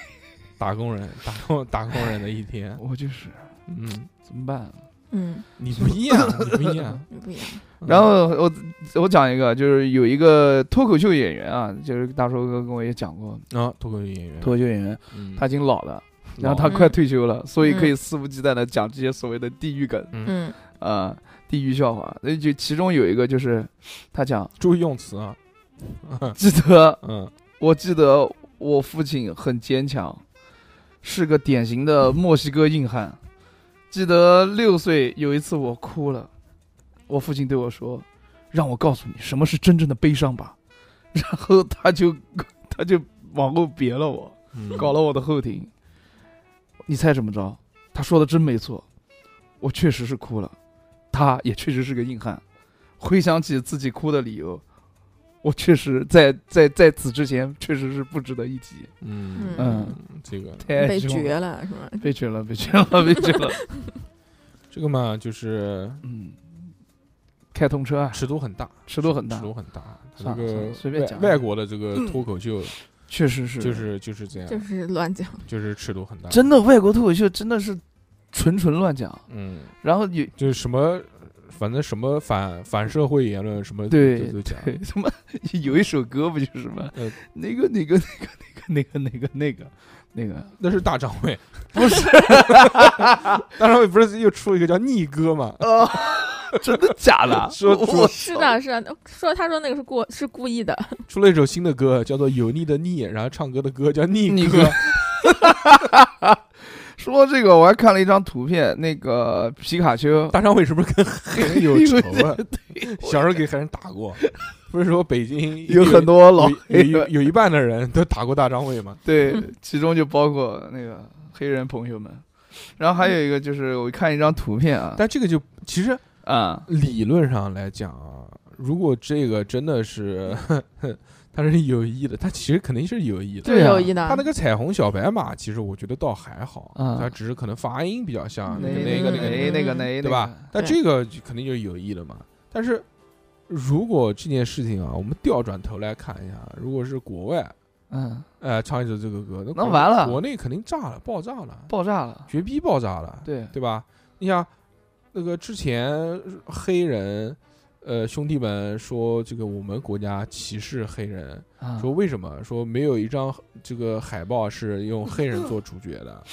S1: 打工人，打工打工人的一 天，
S2: 我就是
S1: 嗯，
S2: 怎么办？
S3: 嗯，
S1: 你不一 样，你不一样。
S3: 不一样，
S1: 嗯
S2: 然后我我讲一个，就是有一个脱口秀演员啊，就是大叔哥跟我也讲过，
S1: 啊，脱口秀演员，
S2: 脱口秀演员
S1: 嗯，
S2: 他已经老了，然后他
S1: 老
S2: 快退休了，所以可以
S3: 嗯
S2: 肆无忌惮的讲这些所谓的地狱梗。
S3: 嗯
S2: 啊、地狱笑话。那就其中有一个就是，他讲
S1: 注意用词啊，
S2: 记得，
S1: 嗯，
S2: 我记得我父亲很坚强，是个典型的墨西哥硬汉。记得六岁有一次我哭了，我父亲对我说：“让我告诉你什么是真正的悲伤吧。”然后他就 他就往后别了我。
S1: 嗯
S2: 搞了我的后庭。你猜怎么着？他说的真没错，我确实是哭了，他也确实是个硬汉。回想起自己哭的理由，我确实在在在此之前确实是不值得一提，
S1: 嗯
S2: 嗯，
S1: 这个
S2: 太
S3: 被
S2: 凶了，
S3: 绝了是吧？
S2: 被绝了，被绝了，被绝了。
S1: 这个嘛，就是
S2: 嗯，开通车啊，
S1: 尺度很大，
S2: 尺度很大
S1: 尺，度很大。他
S2: 算
S1: 这
S2: 了算
S1: 个
S2: 了随便
S1: 外
S2: 讲
S1: 外国的这个脱口秀
S2: 确实是，
S1: 就是就是这
S3: 就
S1: 样，
S3: 是乱
S2: 哦
S3: 讲，
S1: 就是尺度很大。
S2: 真的外国脱口秀真的是纯纯乱讲，
S1: 嗯，
S2: 然后有
S1: 就是什么，反正什么反反社会言论什么
S2: 对
S1: 都都讲。
S2: 对，他妈有一首歌不就是吗？
S1: 呃
S2: 那个那个那个那个那个那个那个
S1: 那是大张伟，
S2: 不是
S1: 大张伟不是又出了一个叫逆哥嘛？
S2: 啊，真的假的？
S1: 说
S2: 我
S1: 说
S3: 是的，是的，说他说那个是故是故意的，
S1: 出了一首新的歌，叫做《油腻的腻》，然后唱歌的歌叫逆
S2: 逆
S1: 哥
S2: 哥。说这个，我还看了一张图片，那个皮卡丘，
S1: 大张伟是不是跟黑人有仇 啊？ 小时候给黑人打过，不是说北京
S2: 有很多老
S1: 有
S2: 黑
S1: 有
S2: 人，
S1: 有一半的人都打过大张伟嘛？
S2: 对，其中就包括那个黑人朋友们。然后还有一个就是，我看一张图片啊，
S1: 但这个就其实
S2: 啊，
S1: 理论上来讲啊，如果这个真的是 他是有意的，他其实肯定是有意的。
S2: 对啊
S3: 有意的，
S1: 他那个彩虹小白马，其实我觉得倒还好，
S2: 啊
S1: 他只是可能发音比较像那
S2: 那
S1: 个那个那
S3: 嗯
S1: 个
S2: 那那个那
S1: 对吧？？但
S3: 对
S1: 这个就肯定就是有意的嘛。但是如果这件事情啊，我们调转头来看一下，如果是国外，
S2: 嗯，
S1: 呃，唱一首这个歌，那
S2: 那
S1: 国
S2: 完了
S1: 国内肯定炸了，爆炸了，
S2: 爆炸了，
S1: 绝逼爆炸了，
S2: 对，
S1: 对吧？你想，那个之前黑人，呃，兄弟们说这个我们国家歧视黑人，
S2: 啊
S1: 说为什么？说没有一张这个海报是用黑人做主角的，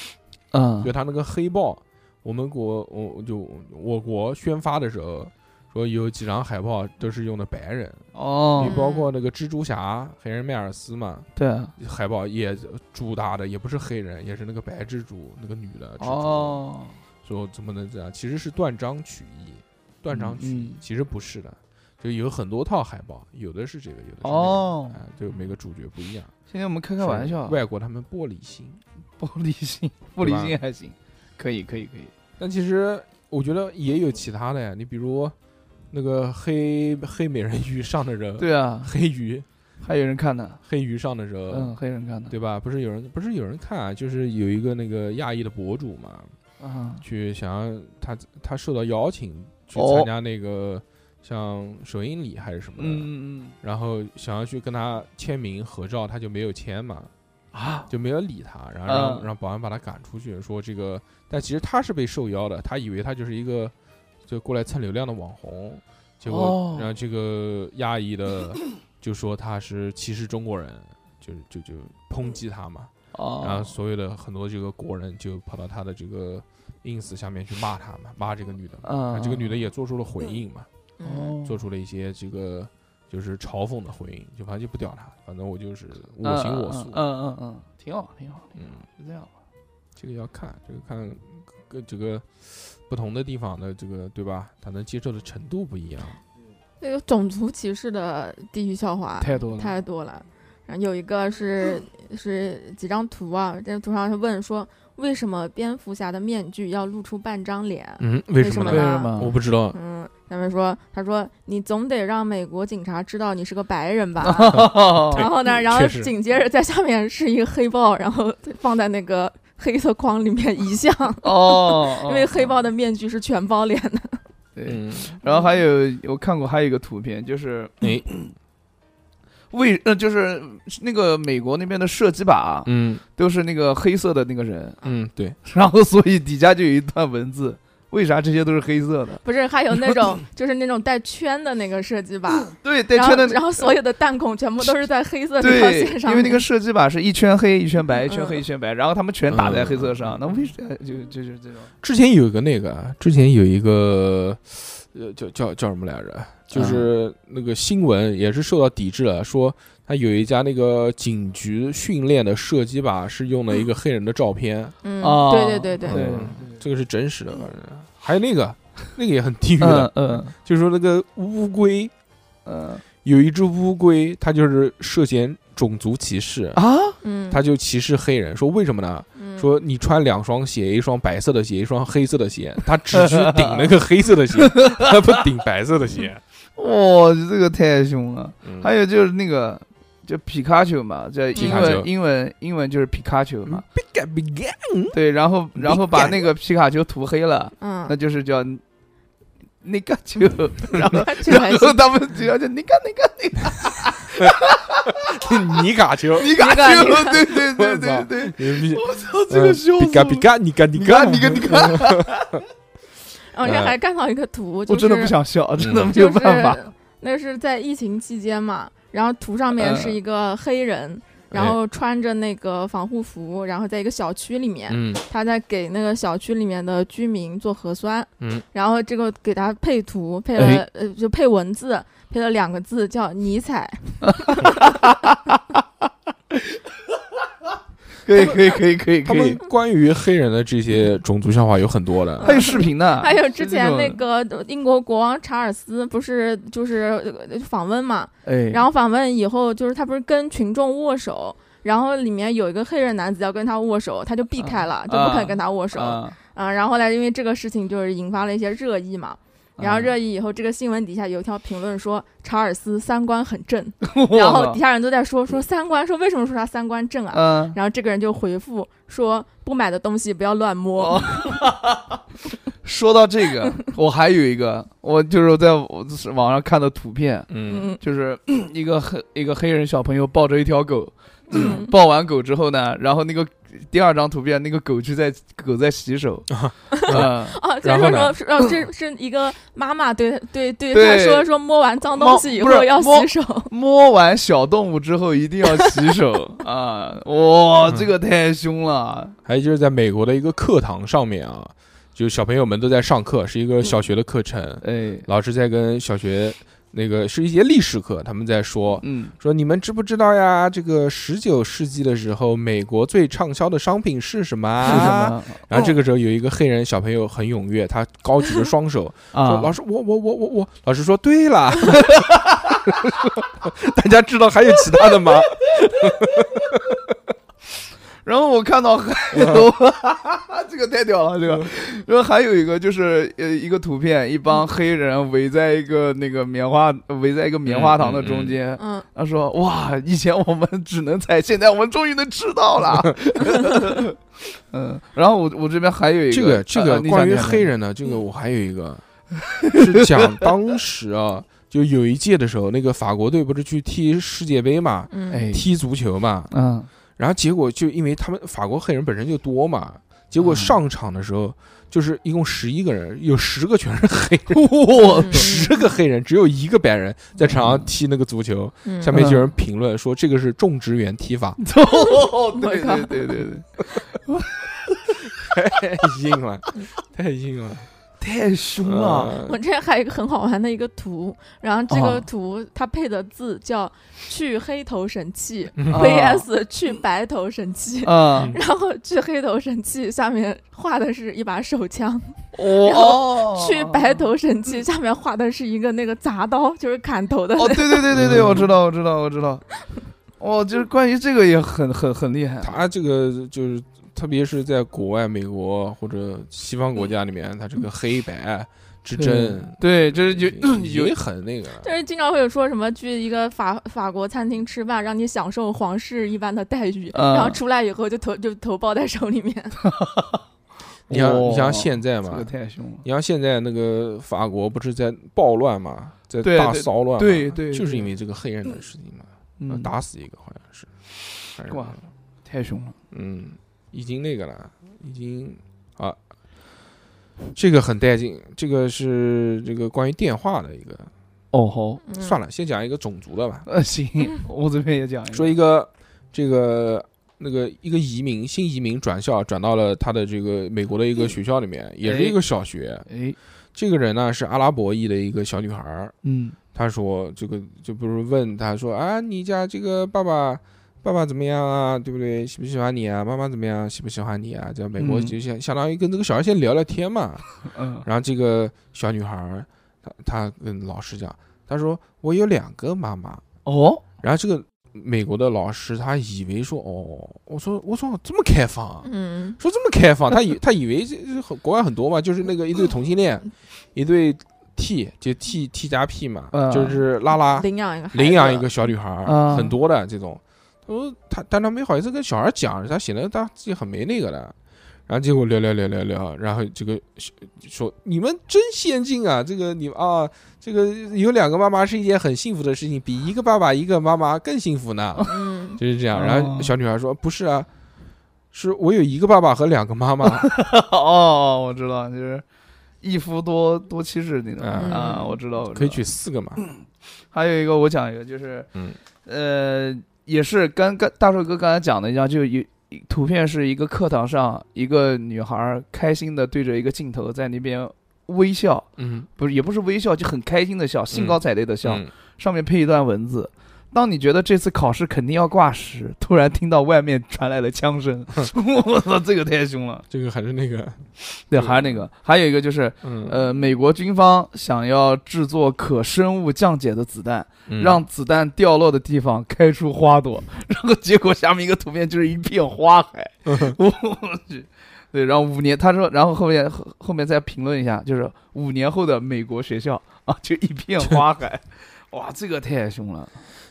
S2: 嗯
S1: 就他那个黑豹，我们国我就我国宣发的时候说有几张海报都是用的白人，
S2: 哦
S1: 你，包括那个蜘蛛侠黑人迈尔斯嘛，
S2: 对，
S1: 海报也主打的也不是黑人，也是那个白蜘蛛那个女的蜘蛛，
S2: 哦，
S1: 说怎么能这样？其实是断章取义，断章取义
S2: 嗯嗯
S1: 其实不是的。就有很多套海报，有的是这个，有的是那个，
S2: 哦
S1: 哎，就每个主角不一样。
S2: 今天我们开开玩
S1: 是
S2: 笑，
S1: 外国他们玻璃心，
S2: 玻璃心，玻璃心还行，可以，可以，可以。
S1: 但其实我觉得也有其他的呀，你比如那个黑黑美人鱼上的人，
S2: 对啊，
S1: 黑鱼
S2: 还有人看呢，
S1: 黑鱼上的人，
S2: 嗯，还有人看呢，
S1: 呃对吧？不是有人不是有人看、啊，就是有一个那个亚裔的博主嘛，
S2: 啊，
S1: 去想要他他受到邀请去
S2: 哦
S1: 参加那个像首映礼还是什么的，
S2: 嗯嗯
S1: 然后想要去跟他签名合照，他就没有签嘛，
S2: 啊，
S1: 就没有理他，然后让、
S2: 嗯
S1: 让保安把他赶出去，说这个，但其实他是被受邀的，他以为他就是一个就过来蹭流量的网红，结果、
S2: 哦
S1: 然后这个亚裔的。 就说他是歧视中国人，就就就抨击他嘛。
S2: 哦，
S1: 然后所有的很多这个国人就跑到他的这个 ins 下面去骂他嘛，骂这个女的嘛。
S2: 啊哦
S1: 啊，这个女的也做出了回应嘛，
S3: 嗯，
S1: 做出了一些这个就是嘲讽的回应，就反正就不屌他，反正我就是
S2: 嗯
S1: 我行我素
S2: 嗯。嗯嗯嗯，挺好，挺好，挺好
S1: 嗯，
S2: 就这样吧。
S1: 这个要看，这个看跟这个不同的地方的这个对吧？他能接受的程度不一样。
S3: 那个种族歧视的地域笑话
S2: 太多了嗯
S3: 太多了。然后有一个是是几张图啊，这图上是问说为什么蝙蝠侠的面具要露出半张脸？
S1: 嗯，为
S3: 什
S1: 什
S3: 么
S1: 么
S3: 呢
S1: 呢
S3: 为？什
S2: 么
S1: 我不知道，
S3: 嗯，他们说他说你总得让美国警察知道你是个白人吧。
S2: 哦
S1: 对
S3: 然后呢，
S1: 嗯
S3: 然后
S1: 确实
S3: 紧接着在下面是一个黑豹，然后放在那个黑色框里面 遗像，
S2: 哦，
S3: 因为黑
S2: 豹
S3: 豹的面具是全包脸的。
S2: 对，
S1: 嗯，
S2: 然后还有我看过还有一个图片，就是
S1: 哎，
S2: 为呃就是那个美国那边的射击靶
S1: 嗯
S2: 都是那个黑色的那个人，
S1: 嗯，对，
S2: 然后所以底下就有一段文字，为啥这些都是黑色的？
S3: 不是，还有那 种就是那种带圈的那个设计吧，
S2: 对，嗯带
S3: 然后
S2: 圈的那
S3: 然后所有的弹孔全部都是在黑 色这条
S2: 对，
S3: 线上
S2: 因为
S3: 面，
S2: 那个射击靶是一圈黑一圈白，
S3: 嗯
S2: 一圈黑一圈白，然后他们全打在黑色
S1: 嗯，
S2: 上那为啥就就是这种？
S1: 之前有一个那个，之前有一个，呃，叫叫叫什么来着？就是那个新闻也是受到抵制了，说他有一家那个警局训练的射击靶是用了一个黑人的照片，
S3: 嗯，
S2: 哦
S3: 对对对对，
S2: 对
S1: 嗯这个是真实的，反正还有那个，那个也很地狱的
S2: 嗯，嗯
S1: 就是说那个乌龟
S2: 嗯
S1: 有一只乌龟，它就是涉嫌种族歧视，
S2: 啊，
S3: 嗯，
S1: 它就歧视黑人，说为什么呢？
S3: 嗯
S1: 说你穿两双鞋，一双白色的鞋，一双黑色的鞋，他只去顶那个黑色的鞋，他不顶白色的鞋。
S2: 哇，这个太凶了。
S1: 嗯
S2: 还有就是那个，就皮卡丘嘛，
S3: 嗯
S2: 这
S1: 皮
S2: 英
S1: 卡丘
S2: 文英文英文就是皮卡丘嘛，
S1: 比干比干，
S2: 对，然后然后把那个皮卡丘涂黑了，那
S3: 嗯，
S2: 就是叫那个丘，然后。
S3: 这个
S2: 然
S3: 还
S2: 后
S3: 行。
S2: 他们就要叫那个那个那个
S1: 尼卡丘，
S2: 皮卡丘，
S3: 那个
S2: 对对对对对，
S1: 牛逼！
S2: 我操，这个凶死
S1: 比
S2: 我
S1: 干比干，你干你
S2: 你
S1: 干
S2: 看，你看，你看，
S3: 然后人家哦还看到一个图，
S2: 我
S3: 就是
S2: 真的不想笑，真 的没
S3: 就
S2: 有
S3: 是
S2: 办法。
S3: 那是在疫情期间嘛，然后图上面
S2: 嗯
S3: 是一个黑人，然
S2: 哎
S3: 后穿着那个防护服，然后在一个小区里面，
S1: 嗯
S3: 他在给那个小区里面的居民做核酸，
S1: 嗯，
S3: 然后这个给他配图，配了、
S2: 哎
S3: 呃就配文字，配了两个字叫尼采，
S2: 可以，可以，可以，可以，
S1: 他
S2: 可
S1: 们
S2: 以。
S1: 关于黑人的这些种族笑话有很多的。
S2: 还有视频呢，
S3: 还有之前那
S2: 啊是种，
S3: 个英国国王查尔斯不是就是呃访问嘛，
S2: 哎，
S3: 然
S2: 后
S3: 后访问以后就是他不是跟群众握手。然后里面有一个黑人男子要跟他握手，他就避开了，就不肯跟他握 手。
S2: 啊，
S3: 啊，然后后来因为这个事情就是引发了一些热议嘛，
S2: 啊
S3: 然后热议以后，这个新闻底下有一条评论说查尔斯三观很正，然后底下人都在说说三观，说为什么说他三观正啊？
S2: 嗯，
S3: 然后这个人就回复说不买的东西不要乱摸
S2: 哦。说到这个，我还有一个，我就是在我网上看的图片，
S1: 嗯
S3: 嗯
S2: 就是一个黑一个黑人小朋友抱着一条狗，
S3: 嗯
S2: 抱完狗之后呢，然后那个第二张图片，那个狗就在狗在洗手，啊，
S3: 啊，就
S1: 然
S3: 是
S1: 后
S3: 说
S1: 呢
S3: 说说这是一个妈妈对对对
S2: 对
S3: 他说说摸完脏东
S2: 摸
S3: 西以
S2: 不是
S3: 后要
S2: 摸
S3: 洗手，
S2: 摸完小动物之后一定要洗手啊！哇，这个太凶了！
S1: 还有就是在美国的一个课堂上面啊，就小朋友们都在上课，是一个小学的课程，
S2: 哎，
S1: 老师在跟小学那个是一节历史课，他们在说，
S2: 嗯，
S1: 说你们知不知道呀？这个十九世纪的时候，美国最畅销的商品是什么啊？
S2: 是什么哦
S1: 然后这个时候有一个黑人小朋友很踊跃，他高举着双手说：“
S2: 啊？
S1: 老师，我我我我我。”老师说：“对了。” 大家知道还有其他的吗？
S2: 然后我看到还有， 这个太屌了，这个。然后还有一个就是呃，一个图片，一帮黑人围在一个那个棉花，围在一个棉花糖的中间。
S3: 嗯，
S2: 他说：“哇，以前我们只能踩，现在我们终于能吃到了。”嗯，然后我我这边还有一
S1: 这个这
S2: 啊
S1: 个
S2: 啊你
S1: 关
S2: 想
S1: 于
S2: 你想
S1: 黑人呢，这个我还有一个是讲当时啊，就有一届的时候，那个法国队不是去踢世界杯嘛，
S3: 嗯
S2: 哎
S1: 踢足球嘛，
S2: 嗯
S1: 然后结果就因为他们法国黑人本身就多嘛，结果
S2: 嗯
S1: 上场的时候，就是一共十一个人，有十个全是
S2: 嗯
S1: 黑人，
S2: 我，
S3: 嗯
S1: 十个黑人只有一个白人在场上踢那个足球。
S3: 嗯
S1: 下面就有人评论说这个是种植园踢法
S2: 操！对
S3: 靠
S2: 对对对对，
S1: 太硬 了，太硬了，
S2: 太凶了！
S1: 嗯
S3: 我之前还有一个很好玩的一个图，然后这
S2: 啊
S3: 个图它配的字叫“去黑头神器
S1: 嗯
S3: ”VS“ 去白头神器”，
S2: 啊，
S3: 然后“去黑头神器”下面画的是一把手枪，然
S2: 哦，
S3: 去白头神器”下面画的是一个那个铡刀，就是砍头的 那
S2: 哦，
S3: 个。
S2: 对对对对对，我知道，我知道，我知道。哦，就是关于这个也很很很厉害。
S1: 他这个就是，特别是在国外，美国或者西方国家里面，他这个黑白之争，
S2: 对，就是有
S1: 有
S2: 有
S1: 也很那个了。
S3: 就是经常会有说什么去一个法法国餐厅吃饭，让你享受皇室一般的待遇，
S1: 啊
S2: 嗯
S3: 然后出来以后就头就头抱在手里面。
S1: 你想，你
S2: 哇
S1: 想现在
S2: 哦这
S1: 嘛
S2: 个，太凶了。
S1: 你像现在那个法国不是在暴乱嘛，在
S2: 对
S1: 大
S2: 对
S1: 骚乱嘛，
S2: 对对
S1: 就是
S2: 对
S1: 因为这个黑人的事情嘛，
S2: 嗯，
S1: 啊打死一个好像是，还是
S2: 哇太凶了。
S1: 嗯，已经那个了，已经啊，这个很带劲，这个是这个关于电话的一个，
S2: 哦吼，
S3: 嗯
S1: 算了，先讲一个种族的吧，
S2: 呃，行， 我这边也讲一个。
S1: 说一个这个那个一个移民新移民转校转到了他的这个美国的一个学校里面，也是一个小学。
S2: 哎，
S1: 这个人呢是阿拉伯裔的一个小女孩儿，
S2: 嗯，
S1: 她说这个就不是问她说啊，你家这个爸爸。爸爸怎么样啊？对不对？喜不喜欢你啊？妈妈怎么样？喜不喜欢你啊？在美国
S2: 嗯
S1: 就相相当于跟这个小孩先聊聊天嘛。
S2: 嗯，
S1: 然后这个小女孩儿，她她跟老师讲，她说我有两个妈妈，
S2: 哦，
S1: 然后这个美国的老师他以为说，哦，我说我说这么开放啊，
S3: 嗯，
S1: 说这么开放，他以他以为这这很国外很多嘛，就是那个一对同性恋，一对 T 就 T T 加 P 嘛，
S2: 嗯
S1: 就是拉拉
S3: 领养一个孩
S1: 啊
S3: 子
S1: 领养一个小女孩儿，
S2: 嗯
S1: 很多的这种。他说他，但他没好意思跟小孩讲，他显得他自己很没那个的。然后结果聊聊聊聊聊，然后这个说你们真先进啊！这个你啊，这个有两个妈妈是一件很幸福的事情，比一个爸爸一个妈妈更幸福 呢。
S3: 嗯，
S1: 就是这样。
S2: 哦
S1: 然后小女孩说：“不是啊，是我有一个爸爸和两个妈 妈。
S2: 哦，我知道，就是一夫多多妻制那种
S1: 嗯
S2: 啊，我知道，我知道
S1: 可以娶四个嘛？
S2: 还有一个我讲一个，就是，
S1: 嗯
S2: 呃，也是跟跟大帅哥刚才讲的一样，就有一图片是一个课堂上一个女孩儿开心的对着一个镜头在那边微笑，
S1: 嗯，
S2: 不是也不是微笑，就很开心的笑，兴高采烈的笑，
S1: 嗯
S2: 上面配一段文字。当你觉得这次考试肯定要挂时，突然听到外面传来了枪声，我操，这个太凶了。
S1: 这个还是那个，
S2: 对，还有那个，还有一个就是，
S1: 嗯
S2: 呃，美国军方想要制作可生物降解的子弹，
S1: 嗯
S2: 让子弹掉落的地方开出花朵，然后结果下面一个图片就是一片 花海，我去。对，然后五年，他说，然后后面后后面再评论一下，就是五年后的美国学校啊，就一片花海，哇，这个太凶了，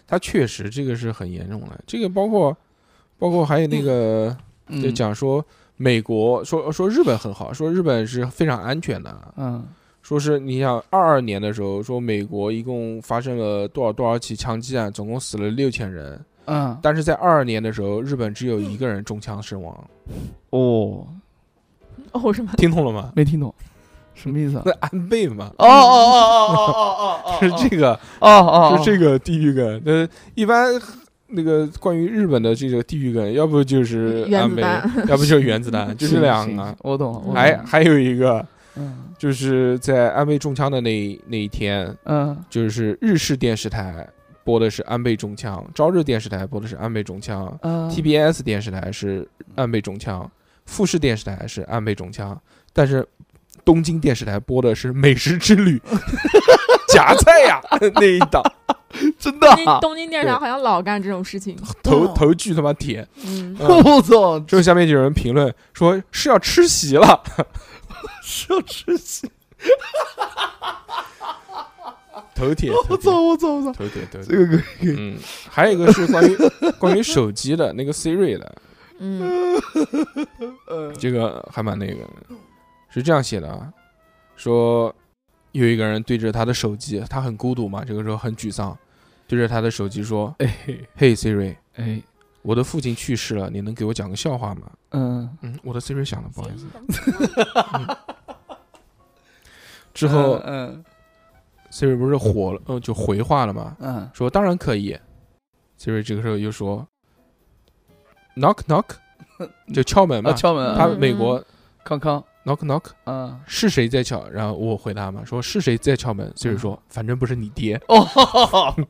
S1: 他确实这个是很严重的。这个包括包括还有那个，
S2: 嗯
S1: 就，讲说美国说说日本很好，说日本是非常安全的。
S2: 嗯，
S1: 说是你想二二年的时候，说美国一共发生了多少多少起枪击案，总共死了六千人。
S2: 嗯，
S1: 但是在二二年的时候，日本只有一个人中枪身亡。
S2: 哦，
S3: 哦什么？
S1: 听懂了吗？
S2: 没听懂，什么意思啊？
S1: 那安倍嘛，
S2: 哦哦哦哦哦 哦哦，
S1: 是这个，
S2: 哦哦，
S1: 是这个地域梗。那一般那个关于日本的这个地域梗，要不就是
S3: 原
S1: 安
S3: 子
S1: 倍，
S3: 弹
S1: 要不就是原子 弹，就这两
S2: 行，
S1: 个哎
S2: 行。我懂了，我懂
S1: 还
S2: 了
S1: 还有一个，
S2: 嗯
S1: 就是在安倍中枪的那那一天，
S2: 嗯
S1: 就是日式电视台播的是安倍中枪，朝日电视台播的是安倍中枪
S2: 嗯
S1: ，TBS 电视台是安倍中枪，富士电视台是安倍中枪，但是东京电视台播的是《美食之 旅》夹菜呀那一档。
S2: 真的
S3: 东
S2: 啊
S3: 京，东京电视台好像老干这种事情。
S1: 头
S2: 哦
S1: 头巨他妈铁。
S3: 嗯，
S1: 嗯
S2: 我操，
S1: 之后下面就有人评论说是要吃席了，
S2: 奢侈心！
S1: 头铁，
S2: 我
S1: 头铁
S2: 操，我操， 我操！
S1: 头铁，头铁。
S2: 这个可以，
S1: 嗯，还有一个是关于关于手机的那个 Siri 的，
S3: 嗯，
S2: 呃，
S1: 这个还蛮那个的，是这样写的啊，说有一个人对着他的手机，他很孤独嘛，这个时候很沮丧，对着他的手机说
S2: 哎
S1: ：“Hey Siri，
S2: 哎，
S1: 我的父亲去世了，你能给我讲个笑话吗？
S2: 嗯，
S1: 嗯，我的 Siri 响了，不好意思。
S3: 思。
S1: 之后
S2: 嗯
S1: Siri 不是火了，呃，就回话了嘛，
S2: 嗯
S1: 说当然可以。Siri 这个时候又说，knock knock，就敲门
S2: 嗯，啊，
S1: 嘛。
S2: 敲门
S1: 他
S2: 啊，
S1: 美
S3: 嗯
S1: 国
S2: 康康，
S1: knock knock
S2: 嗯，
S1: 是谁在敲？然后我回答嘛，说是谁在敲门？Siri 说，反正不是你爹。
S2: 哦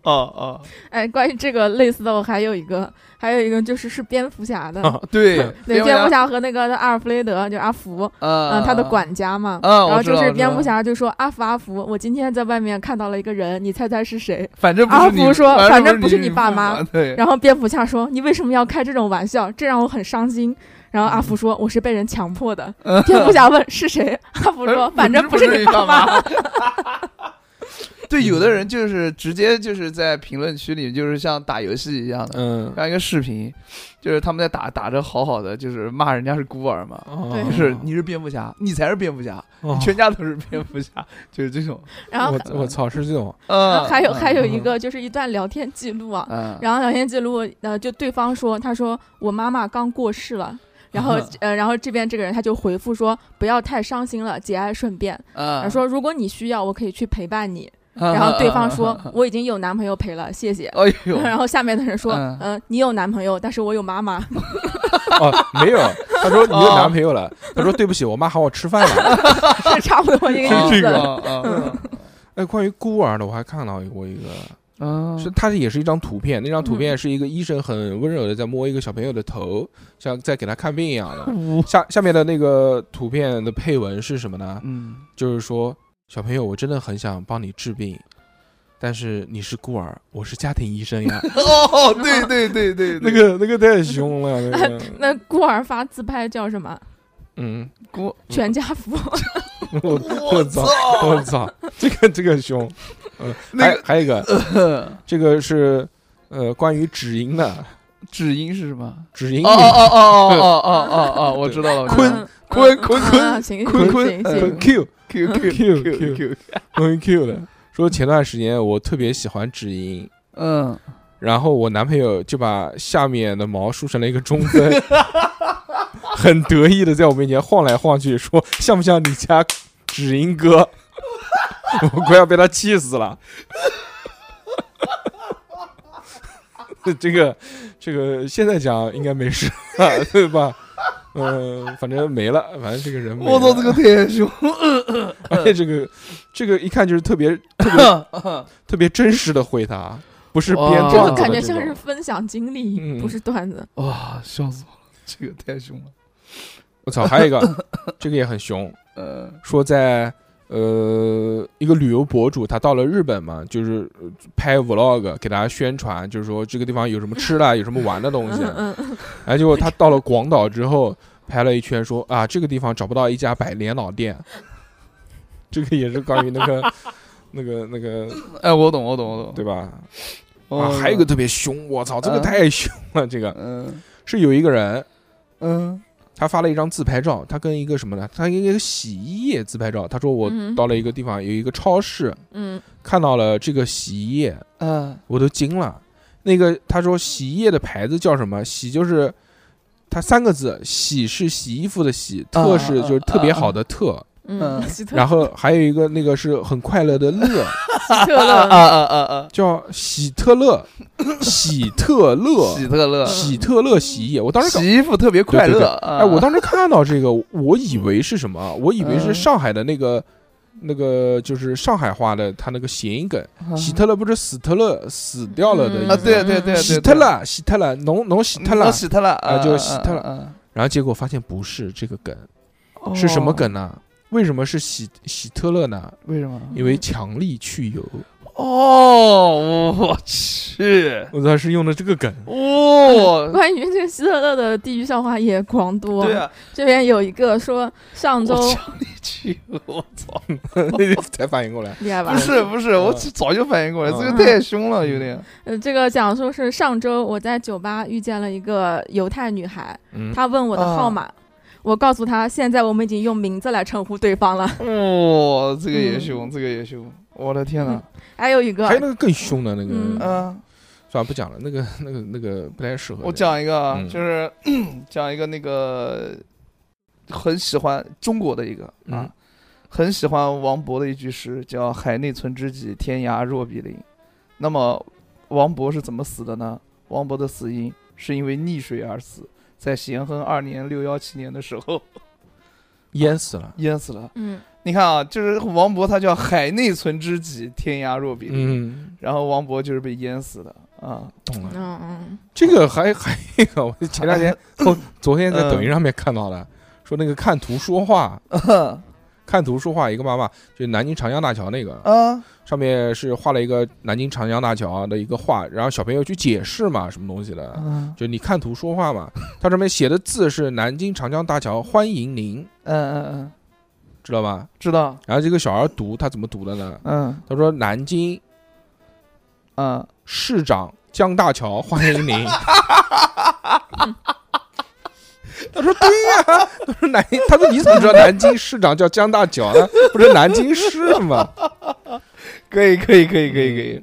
S2: 哦哦，
S3: 哎，关于这个类似的，我还有一个，还有一个就是是蝙蝠侠的，
S2: 哦对，
S3: 对，蝙蝠侠和那个阿尔弗雷德，就阿福，
S2: 嗯
S3: 嗯，他的管家嘛。
S2: 啊，
S3: 然后
S2: 我知
S3: 就
S2: 道
S3: 是蝙蝠，侠就说：“阿福，阿福，我今天在外面看到了一个人，你猜猜是
S2: 我知
S3: 谁
S2: 道反正不
S3: 阿
S2: 是
S3: 福
S2: 你
S3: 说反正
S2: 不
S3: 不
S2: 是
S3: 是你爸妈
S2: 父母，？”对，
S3: 然后蝙蝠侠说：“你为什么要开这种玩笑？这让我很伤心。”然后阿福说：“我是被人强迫的。”蝙蝠侠问：“是谁？”阿 福说：“反正
S2: 不
S3: 不是你爸妈。
S2: 妈。 对，有的人就是直接就是在评论区里，就是像打游戏一样的，
S1: 嗯，
S2: 看一个视频，就是他们在打打着好好的，就是骂人家是孤儿嘛，
S1: 哦
S3: 对
S2: 就是你是蝙蝠侠，你才是蝙蝠侠，
S1: 哦
S2: 你全家都是蝙蝠侠，就是这种。”
S3: 然后
S1: 我我操，是这种
S3: 然后
S2: 嗯，
S3: 还有还有一
S1: 嗯
S3: 个就是一段聊天记录啊，
S2: 嗯，
S3: 然后聊天记录，呃，就对方说，他说我妈妈刚过世了，然后呃，然后这边这个人他就回复说不要太伤心了，节哀顺变。
S2: 嗯，
S3: 他说如果你需要，我可以去陪伴你。
S2: 嗯，
S3: 然后对方说
S2: 嗯，
S3: 我已经有男朋友陪了，谢谢。
S2: 嗯嗯嗯哎
S3: 然后下面的人说，
S2: 嗯
S3: 嗯、你有男朋友，但是我有妈妈。
S1: 哦，没有，他说你有
S2: 哦
S1: 男朋友了，他说对不起，我妈喊我吃饭了。
S3: 是差不多一
S2: 呦，
S3: 个意
S1: 这
S3: 思。
S1: 个
S2: 啊啊
S1: 哎，关于孤儿的，我还看到过一个，
S2: 啊，
S1: 是它也是一张图片，那张图片是一个医生很温柔的在摸一个小朋友的头，像在给他看病一样的。
S2: 五，
S1: 下下面的那个图片的配文是什么呢？
S2: 嗯，
S1: 就是说，小朋友，我真的很想帮你治病，但是你是孤儿，我是家庭医生 呀。
S2: 哦，对对对对，
S1: 那个那个太凶了，那 个
S3: 那孤儿发自拍叫什么？
S1: 嗯，
S2: 锅，
S3: 全家福。
S1: 我我操，我操，这个这个凶。嗯，
S2: 那
S1: 还
S2: 个
S1: 还有一个，这个是呃关于止音的
S2: 指音是什么？
S1: 止音
S2: 哦
S1: 语。
S2: 哦哦哦哦哦哦哦！我知道了，我知道了
S1: 坤
S2: 坤
S3: 嗯
S2: 坤
S3: 嗯
S2: 坤
S3: 嗯行
S2: 坤
S3: 行
S2: 坤
S3: 行
S2: 嗯
S3: 行，
S1: Q
S2: Q Q Q Q，
S1: 关于 Q 的，说前段时间我特别喜欢止音，
S2: 嗯，
S1: 然后我男朋友就把下面的毛梳成了一个中分， 很得意的在我面前晃来晃去，说像不像你家止音哥？ 我快要被他气死了。 这个，这个现在讲应该没事， 对吧？嗯、反正没了，反正这个人没了。
S2: 我操， 这个太凶！
S1: 而且这个，这个一看就是特别特别真实的回答，不是编
S2: 哇
S3: 这
S1: 段子
S3: 个
S1: 的
S3: 感觉
S1: 这
S3: 像是
S1: 种
S3: 分享经
S1: 嗯
S3: 历，不是段子。
S2: 哇，笑死我了，这个太凶了。
S1: 我操，还有一个，这个也很凶，
S2: 呃，
S1: 说在呃一个旅游博主他到了日本嘛，就是呃拍 vlog 给大家宣传，就是说这个地方有什么吃的，有什么玩的东西。
S3: 嗯嗯，
S1: 然后结果他到了广岛之后，拍了一圈说啊，这个地方找不到一家百年老店。这个也是关于那个那个那个
S2: 哎，我懂，我懂，我懂。
S1: 对吧？啊，
S2: 哦，
S1: 还有一个特别凶，我操，这个
S2: 嗯
S1: 太凶了，这个
S2: 嗯
S1: 是有一个人。
S2: 嗯
S1: 他发了一张自拍照，他跟一个什么呢？他跟一个洗衣液自拍照。他说我
S3: 嗯
S1: 到了一个地方，有一个超市，
S3: 嗯，
S1: 看到了这个洗衣液，
S2: 嗯
S1: 我都惊了。那个他说洗衣液的牌子叫什么？洗就是它三个字，洗是洗衣服的洗，
S2: 啊
S1: 特是就是特别好的特，
S3: 嗯
S2: 嗯，
S3: 希特
S1: 然后还有一个那个是很快乐的乐，
S3: 希 特
S2: 啊
S3: 勒，
S2: 啊啊啊！
S1: 叫喜特乐，喜特乐，
S2: 喜特勒，
S1: 喜特乐洗衣液。我当时搞
S2: 洗衣服特别快乐。哎
S1: 哎，我当时看到这个，我以为是什么？啊我以为是
S2: 嗯
S1: 上海的那个、那个，就是上海话的，他那个谐音梗。希特勒不是死特勒死掉了的意思？
S3: 嗯
S2: 嗯啊，对对对，嗯哦
S1: 希特勒，希特勒，侬侬希特勒。
S2: 喜特勒
S1: 啊就是喜特勒然后结果发现不是这个梗，
S2: 哦啊
S1: 是什么？梗呢？为什么是喜喜特勒呢？
S2: 哦为什么？
S1: 因为强力去油，
S2: 哦，我去，
S1: 我操，是用的这个梗。
S2: 哦，
S3: 关于这个希特勒的地狱笑话也狂多。
S2: 对，啊，
S3: 这边有一个说上周
S2: 我强力去，我操，
S1: 那才反应过 来，
S3: 厉害吧
S2: 不？是不是，我
S1: 嗯
S2: 早就反应过来，这个
S1: 嗯
S2: 太凶了，有点，
S3: 呃，这个讲述是上周我在酒吧遇见了一个犹太女孩，
S1: 嗯，
S3: 她问我的号码，我告诉她现在我们已经用名字来称呼对方了。
S2: 哦，这个也
S3: 嗯
S2: 凶，这个也凶，我的天哪，
S3: 还有一个
S1: 还有那个更凶的那个，
S3: 嗯
S1: 算
S2: 啊嗯，
S1: 算了，不讲了，那个那个那个不太适合。
S2: 我，讲一个啊，
S1: 嗯
S2: 就是 讲一个那个很喜欢中国的一个啊，
S1: 嗯
S2: 很喜欢王勃的一句诗，叫“海内存知己，天涯若比邻”。那么王勃是怎么死的呢？王勃的死因是因为溺水而死，在咸亨二年六幺七年的 时候
S1: 淹死了。
S2: 淹死了。
S3: 嗯，
S2: 你看啊，就是王勃他叫“海内存知己，天涯若比邻”，
S1: 嗯，
S2: 然后王勃就是被淹死的啊。
S1: 懂了。
S3: 嗯嗯，
S1: 这个还 还有一个，我前两天后昨天在抖音上面看到了，说那个看图说话，看图说话，一个妈妈就南京长江大桥那个，
S2: 啊啊，
S1: 上面是画了一个南京长江大桥的一个画，然后小朋友去解释嘛，什么东西的，
S2: 嗯
S1: 就你看图说话嘛。 它上面写的字是南京长江大桥欢迎您，
S2: 嗯嗯嗯，
S1: 知道吧？
S2: 知道，
S1: 然后这个小孩读他怎么读的呢？
S2: 嗯
S1: 他说南京啊
S2: 嗯，
S1: 市长江大桥欢迎您。他说对呀、他说南，他说你怎么知道南京市长叫江大桥呢？不是南京市吗？
S2: 可以可以可以可以可
S1: 嗯
S2: 以。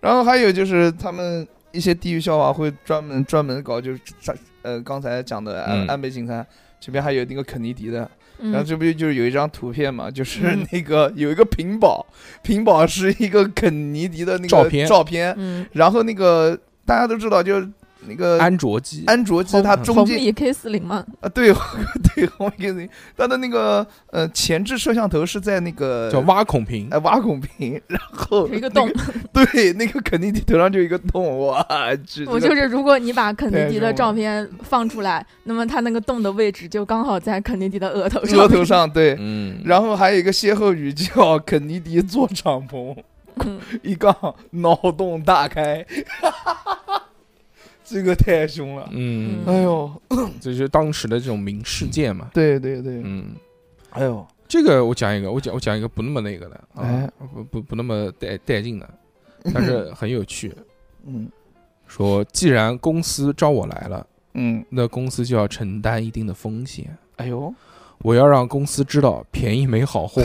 S2: 然后还有就是他们一些地域笑话会专门专门搞，就是这呃刚才讲的安
S1: 嗯
S2: 安倍晋三。这边还有那个肯尼迪的，
S3: 嗯
S2: 然后这不就是有一张图片嘛，就是
S3: 嗯
S2: 那个有一个屏保，屏保是一个肯尼迪的那个
S1: 照片
S2: 照片，
S3: 嗯，
S2: 然后那个大家都知道，就是那个
S1: 安卓机，
S2: 安卓机，
S1: 红
S2: 它
S3: 红
S2: 中间
S3: 米 K 四零嘛，
S2: 啊，对 对，红米 K 四零，它的那个呃前置摄像头是在那个
S1: 叫挖孔屏。
S2: 哎挖孔屏，然后
S3: 有一个洞。
S2: 呃那个，对，那个肯尼迪头上就有一个洞，我去，
S3: 我
S2: 这
S3: 就
S2: 个哎
S3: 是，如果你把肯尼迪
S2: 太
S3: 的
S2: 重
S3: 照片放出来，那么他那个洞的位置就刚好在肯尼迪的额头上。
S2: 额头，上，对。
S1: 嗯，
S2: 然后还有一个歇后语叫“肯尼迪坐敞篷
S3: 嗯，”，
S2: 一杠脑洞大开， 这个太凶了。
S1: 嗯，
S2: 哎呦，
S1: 这就是当时的这种民事件嘛。
S2: 对对对，
S1: 嗯，
S2: 哎呦，
S1: 这个我讲一个，我讲我讲一个不那么那个的，啊
S2: 哎，
S1: 不不不那么带带劲的，但是很有趣。
S2: 嗯
S1: 说既然公司招我来了，
S2: 嗯，
S1: 那公司就要承担一定的风险，
S2: 哎呦，
S1: 我要让公司知道便宜没 好货。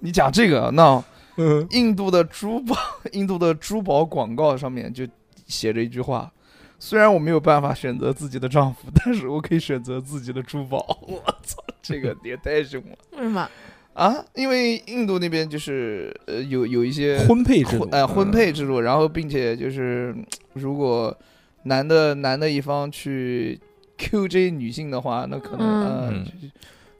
S2: 你讲这个，啊那
S1: 嗯，
S2: 印度的珠宝， 印度的珠宝广告上面就写着一句话：虽然我没有办法选择自己的丈夫，但是我可以选择自己的珠宝。 我操，这个也太凶了
S3: 为什么？
S2: 啊！因为印度那边就是呃有有一些
S1: 婚配制度，嗯
S2: 哎、婚配制度，然后并且就是嗯如果男的男的一方去 QJ 女性的话，那可能、呃
S1: 嗯
S2: 就是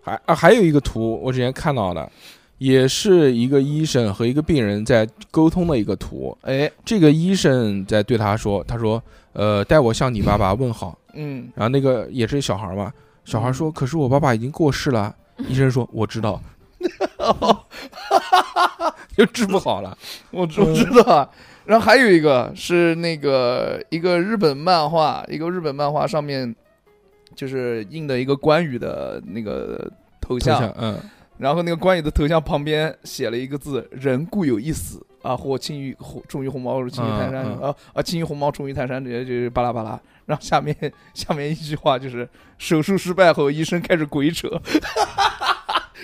S1: 还啊，还有一个图我之前看到的，也是一个医生和一个病人在沟通的一个图。
S2: 哎
S1: 这个医生在对他说：“他说，呃，代我向你爸爸问好。
S2: 嗯”，
S1: 然后那个也是小孩嘛，小孩说：“可是我爸爸已经过世 了。”医生说：“我知道。”就治不好 了。
S2: 我知我知道啊。然后还有一个是那个一个日本漫画，一个日本漫画上面就是印的一个关羽的那个头像，
S1: 像嗯，
S2: 然后那个关羽的头像旁边写了一个字“人固有一死”啊，或轻于或重于鸿毛，重于泰山、
S1: 嗯嗯
S2: 啊啊，轻于鸿毛，重于泰山，直接就是巴拉巴拉。然后下面下面一句话就是手术失败后，医生开始鬼扯，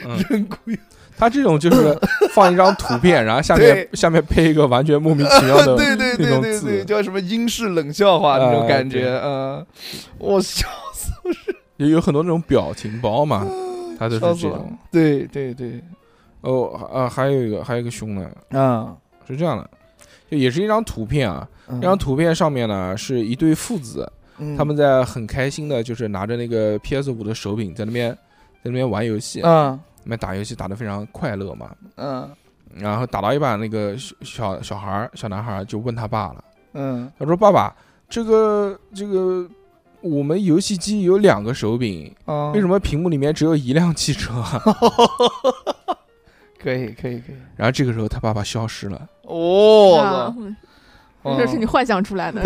S1: 嗯
S2: 人固有
S1: 他这种就是放一张图 片，然后下面
S2: 对
S1: 下面配一个完全莫名其妙的，
S2: 对对
S1: 那
S2: 对
S1: 种
S2: 对
S1: 字
S2: 对，叫什么英式冷笑话那种
S1: 啊
S2: 感觉，
S1: 对
S2: 嗯，我笑
S1: 有有很多那种表情包嘛，他都
S2: 啊笑
S1: 是
S2: 死
S1: 这
S2: 了
S1: 种。，
S2: 对对对，
S1: 哦啊，还有一个还有一个凶的，
S2: 啊，
S1: 是这样的，就也是一张图片啊，
S2: 嗯
S1: 这张图片上面呢是一对父子，
S2: 嗯
S1: 他们在很开心的，就是拿着那个 PS 五的手柄在那边在那边玩游戏，
S2: 啊
S1: 那边打游戏打得非常快乐嘛。
S2: 嗯
S1: 然后打到一半，那个小小小孩儿小男孩儿就问他爸了。
S2: 嗯
S1: 他说：“爸爸，这个这个，我们游戏机有两个手柄，
S2: 啊，
S1: 为什
S2: 么？
S1: 么屏幕里面只有一辆汽车啊？”
S2: 可以可以可以，
S1: 然后这个时候他爸爸消失了，
S2: 哦
S3: 啊，，
S2: 我操
S3: 这是你幻想出来的。
S2: 嗯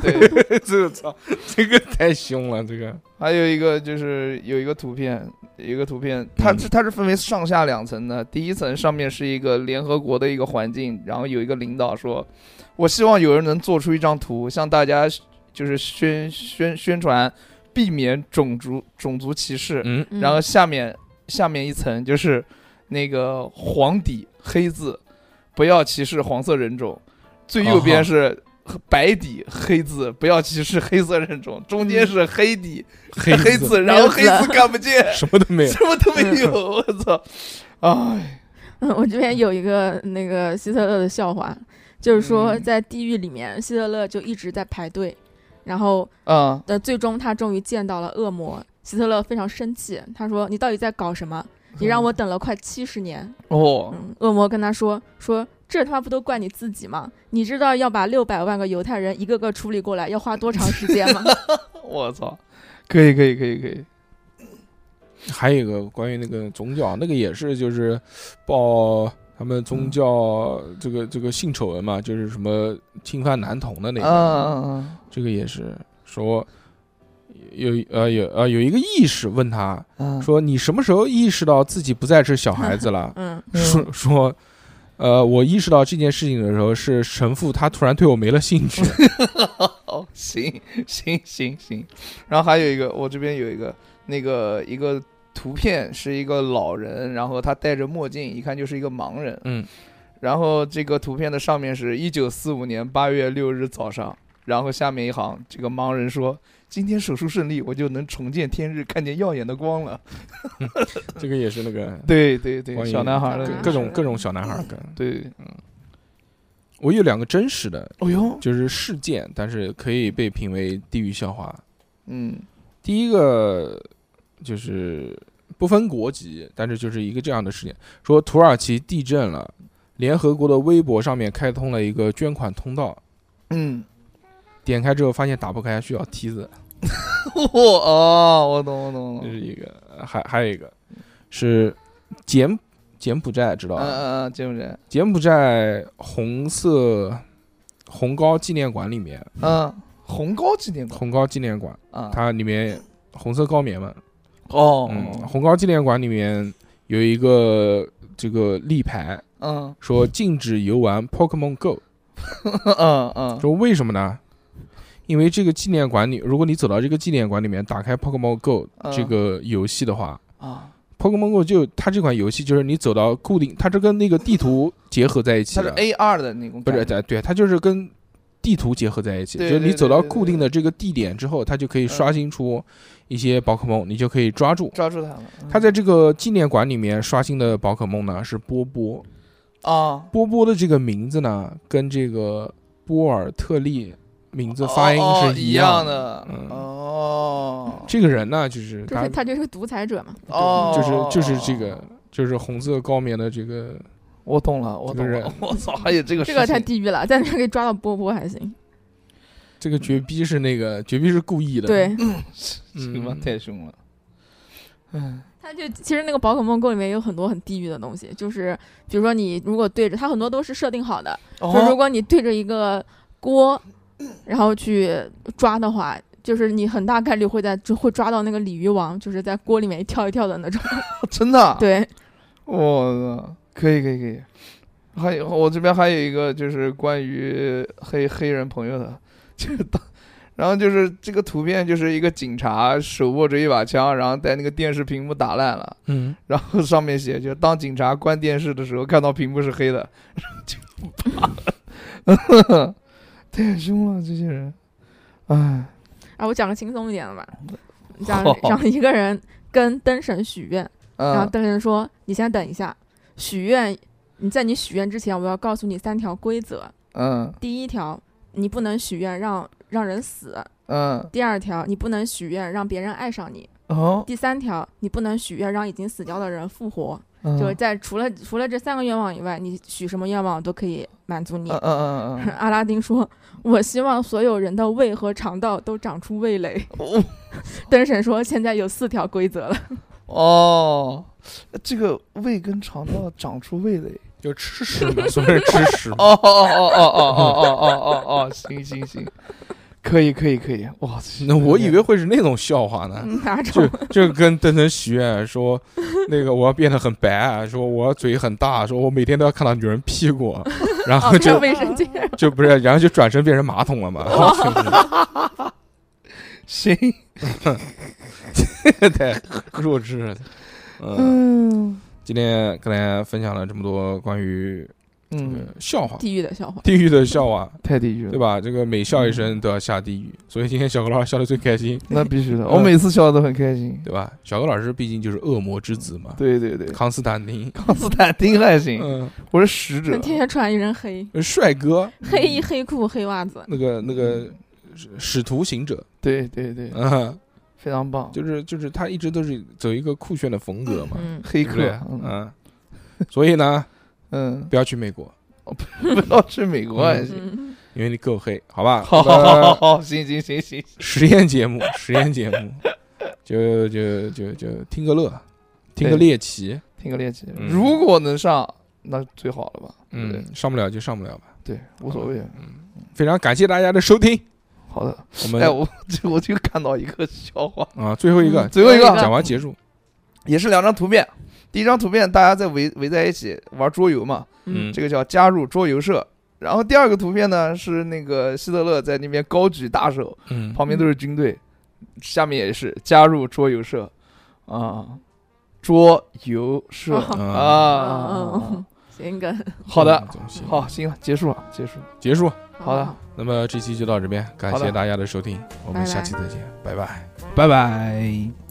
S2: 对对，
S1: 这个操，这个 太凶了，这个
S2: 还有一个就是有一个图片，有一个图片，它是它是分为上下两层的。第一层上面是一个联合国的一个环境，然后有一个领导说：“我希望有人能做出一张图，向大家就是宣宣宣传，避免种族种族歧视。
S1: 嗯，
S3: 嗯
S2: 然后下面下面一层就是那个黄底黑字，不要歧视黄色人种。最右边是白底黑字，不要歧视黑色人种，中间是黑底
S1: 黑
S2: 黑
S1: 字
S2: 字，然后黑
S3: 没有字
S2: 字看不见，
S1: 什么都没有。
S2: 什么都没有，我操！哎，
S3: 嗯，我这边有一个那个希特勒的笑话，就是说
S2: 嗯
S3: 在地狱里面，希特勒就一直在排队，然后
S2: 啊，
S3: 呃，最终他终于见到了恶魔。希特勒非常生气，他说：“你到底在搞什么？你
S2: 嗯
S3: 让我等了快七十年。
S2: 哦，
S3: 嗯，恶魔跟他说：“说这他妈不都怪你自己吗？你知道要把六百万个犹太人一个个处理过来要花多长时间 吗？”
S2: 我操，可以，可以，可以，可以，
S1: 还有一个关于那个宗教，那个也是就是报他们宗教这个这个性丑闻嘛，就是什么侵犯男童的那
S2: 嗯
S1: 个，
S2: 嗯嗯
S1: 这个也是说有呃有呃有一个意识问他
S2: 嗯，
S1: 说你什么时候意识到自己不再是小孩子 了？
S3: 嗯，
S2: 嗯
S1: 说说。呃，我意识到这件事情的时候，是神父他突然对我没了兴 趣。
S2: 哦， 行行行行，然后还有一个，我这边有一个那个一个图片是一个老人，然后他戴着墨镜，一看就是一个盲人。
S1: 嗯，
S2: 然后这个图片的上面是一九四五年八月六日早上，然后下面一行，这个盲人说：“今天手术顺利，我就能重见天日，看见耀眼的光了。
S1: 这个也是那个”
S2: 对对对，
S1: 关于
S2: 小男孩
S3: 小
S2: 的
S3: 男孩嗯
S1: 各种各种小男孩儿跟。
S2: 对，
S1: 我有两个真实的，
S2: 哦哟，
S1: 就是事件，但是可以被评为地狱笑话。
S2: 嗯
S1: 第一个就是不分国籍，但是就是一个这样的事件，说土耳其地震了，联合国的微博上面开通了一个捐款通道，
S2: 嗯，
S1: 点开之后发现打不开，需要梯子，
S2: 我哦，我懂我懂我
S3: 嗯
S1: 这
S2: 懂，
S1: 是一个。呃还还有一个是柬柬埔寨，知道
S2: 嗯
S1: 吧？
S3: 呃
S2: 嗯嗯，见不见？
S1: 柬埔寨红色红高纪念馆里面，
S2: 嗯，红高纪念馆
S1: 红高纪念馆
S2: 啊，
S1: 它里面红色高棉嘛，
S2: 哦，
S1: 嗯，红高纪念馆里面有一个这个立牌，
S2: 嗯
S1: 说禁止游玩 Pokemon Go。
S2: 嗯嗯，
S1: 说为什么呢？因为这个纪念馆里，如果你走到这个纪念馆里面，打开 Pokemon Go
S2: 嗯
S1: 这个游戏的话、
S2: 啊，
S1: p o k e m o n Go 就它这款游戏就是你走到固定，它这跟那个地图结合在一起
S2: 它是
S1: 的，
S2: A 二的那种
S1: 啊不
S2: 感觉，
S1: 是对对，它就是跟地图结合在一起，
S2: 对
S1: 就是
S2: 对
S1: 你
S2: 对
S1: 走到
S2: 对对
S1: 固定的这个地点之后，它就可以刷新出一些宝可梦，你就可以抓住。
S2: 抓住它了。嗯
S1: 它在这个纪念馆里面刷新的宝可梦呢是波波，
S2: 啊，
S1: 波波的这个名字呢跟这个波尔特利名字发音
S2: 哦哦
S1: 是
S2: 一
S1: 样。
S2: 的
S1: 嗯
S2: 哦，
S1: 这个人呢，就是
S3: 就是
S1: 他，
S3: 他就是个独裁者嘛。
S2: 哦，
S1: 就是就是这个，就是红色高棉的这个，
S2: 我懂了，我
S1: 这个
S2: 懂了
S1: 人，
S2: 我操，还有这个
S3: 这个
S2: 事
S3: 太
S2: 情
S3: 地狱了，但是可以抓到波波还行。
S1: 这个绝逼是那个绝逼是故意的。
S3: 对，，
S2: 这他妈
S1: 嗯
S2: 太凶了。嗯
S3: 他就其实那个宝可梦 Go 里面有很多很地狱的东西，就是比如说你如果对着它很多都是设定好的，就如
S2: 哦
S3: 果你对着一个锅，然后去抓的话，就是你很大概率会在就会抓到那个鲤鱼王，就是在锅里面一跳一跳的那种。
S2: 真的，啊
S3: 对，
S2: 我操，可以可以可以。还有我这边还有一个就是关于黑黑人朋友的， 就是当，然后就是这个图片就是一个警察手握着一把枪，然后在那个电视屏幕打烂了，
S1: 嗯，
S2: 然后上面写就当警察关电视的时候看到屏幕是黑的， 然后就啪，太凶了这些人，哎，
S3: 啊，我讲个轻松一点的吧，讲
S2: 好
S3: 讲一个人跟灯神许愿，然后
S2: 嗯
S3: 灯神说：“你先等一下，许愿，你在你许愿之前，我要告诉你三条规则。
S2: 嗯
S3: 第一条，你不能许愿让让人死；
S2: 嗯，
S3: 第二条，你不能许愿让别人爱上你；
S2: 哦，
S3: 第三条，你不能许愿让已经死掉的人复活。
S2: 嗯
S3: 就是
S2: 嗯
S3: 在除了除了这三个愿望以外，你许什么愿望都可以满足你。
S2: 嗯嗯嗯
S3: 阿拉丁说：“我希望所有人的胃和肠道都长出味蕾。
S2: 嗯，”
S3: 灯神说：“现在有四条规则了。
S2: 哦，这个胃跟肠道长出味蕾。。
S1: 就吃 屎嘛，所谓吃屎
S2: 哦哦哦哦哦哦哦哦哦，行行行，可以可以可以，哇，
S1: 那我以为会是那种笑话呢，
S3: 嗯”哪
S1: 就
S3: 种？
S1: 就跟邓肯许愿说，那个我要变得很白，啊说我要嘴很大，说我每天都要看到女人屁股，啊然
S3: 哦，
S1: 后
S3: 没有
S1: 就
S3: 卫生巾。
S1: 就不是，然后就转身变成马桶了嘛。
S2: 行，
S1: 太弱智了。嗯，
S2: 嗯
S1: 今天跟大家分享了这么多关于这
S2: 嗯，
S1: 个笑话，
S3: 地狱的笑话。
S1: 地狱的笑话，
S2: 太地狱
S1: 对
S2: 了，
S1: 吧？这个每笑一声都要下地狱，所以今天小何老师笑得最开心，
S2: 那 必须的，我每次笑得都很开心。
S1: 对吧？小何老师毕竟就是恶魔之子嘛，
S2: 对对对，
S1: 康斯坦丁，
S2: 康斯坦丁还行，
S1: 嗯，
S2: 我是使者
S3: 那，天天穿一身黑
S1: 帅哥，
S3: 黑衣、黑裤、黑袜子，
S1: 那个那个使使徒行者，
S2: 对对对，
S1: 嗯，
S2: 非常棒，
S1: 就是就是他一直都是走一个酷炫的风格嘛，
S3: 嗯，
S2: 黑
S1: 对不
S2: 客
S1: 对，
S2: 嗯
S1: 嗯，所以呢，
S2: 嗯，
S1: 不要去美国，
S2: 不要去美国还行。
S3: 嗯
S1: 因为你够黑，好吧？
S2: 好好好好，行行行行，
S1: 实验节目，实验节目，就就就就听个乐，听个
S2: 对
S1: 猎奇，
S2: 听个练习，
S1: 嗯
S2: 如果能上，那最好了吧？对不对
S1: 嗯，上不了就上不了吧。
S2: 对，无所谓。
S1: 非常感谢大家的收听，
S2: 好的，
S1: 我
S2: 哎，
S1: 们
S2: 我 我就看到一个笑话，
S1: 啊最后一个
S3: 嗯
S2: 最后一个
S1: 讲完结束，
S2: 也是两张图片。第一张图片大家在围围在一起玩桌游嘛，
S1: 嗯
S3: 嗯，
S2: 这个叫加入桌游社。然后第二个图片呢是那个希特勒在那边高举大手，
S1: 嗯，
S2: 旁边都是军队，下面也是加入桌游社啊，桌游社
S3: 哦
S2: 啊
S3: 哦。行梗，
S2: 好的，
S1: 嗯总行，
S2: 好，行了，结束了，结束了。
S1: 结束。
S2: 好的，
S1: 那么这期就到这边，感
S2: 好
S1: 谢
S2: 的
S1: 大家的收听，我们
S3: 拜
S1: 下
S3: 拜
S1: 期再见，拜拜。
S2: 拜拜。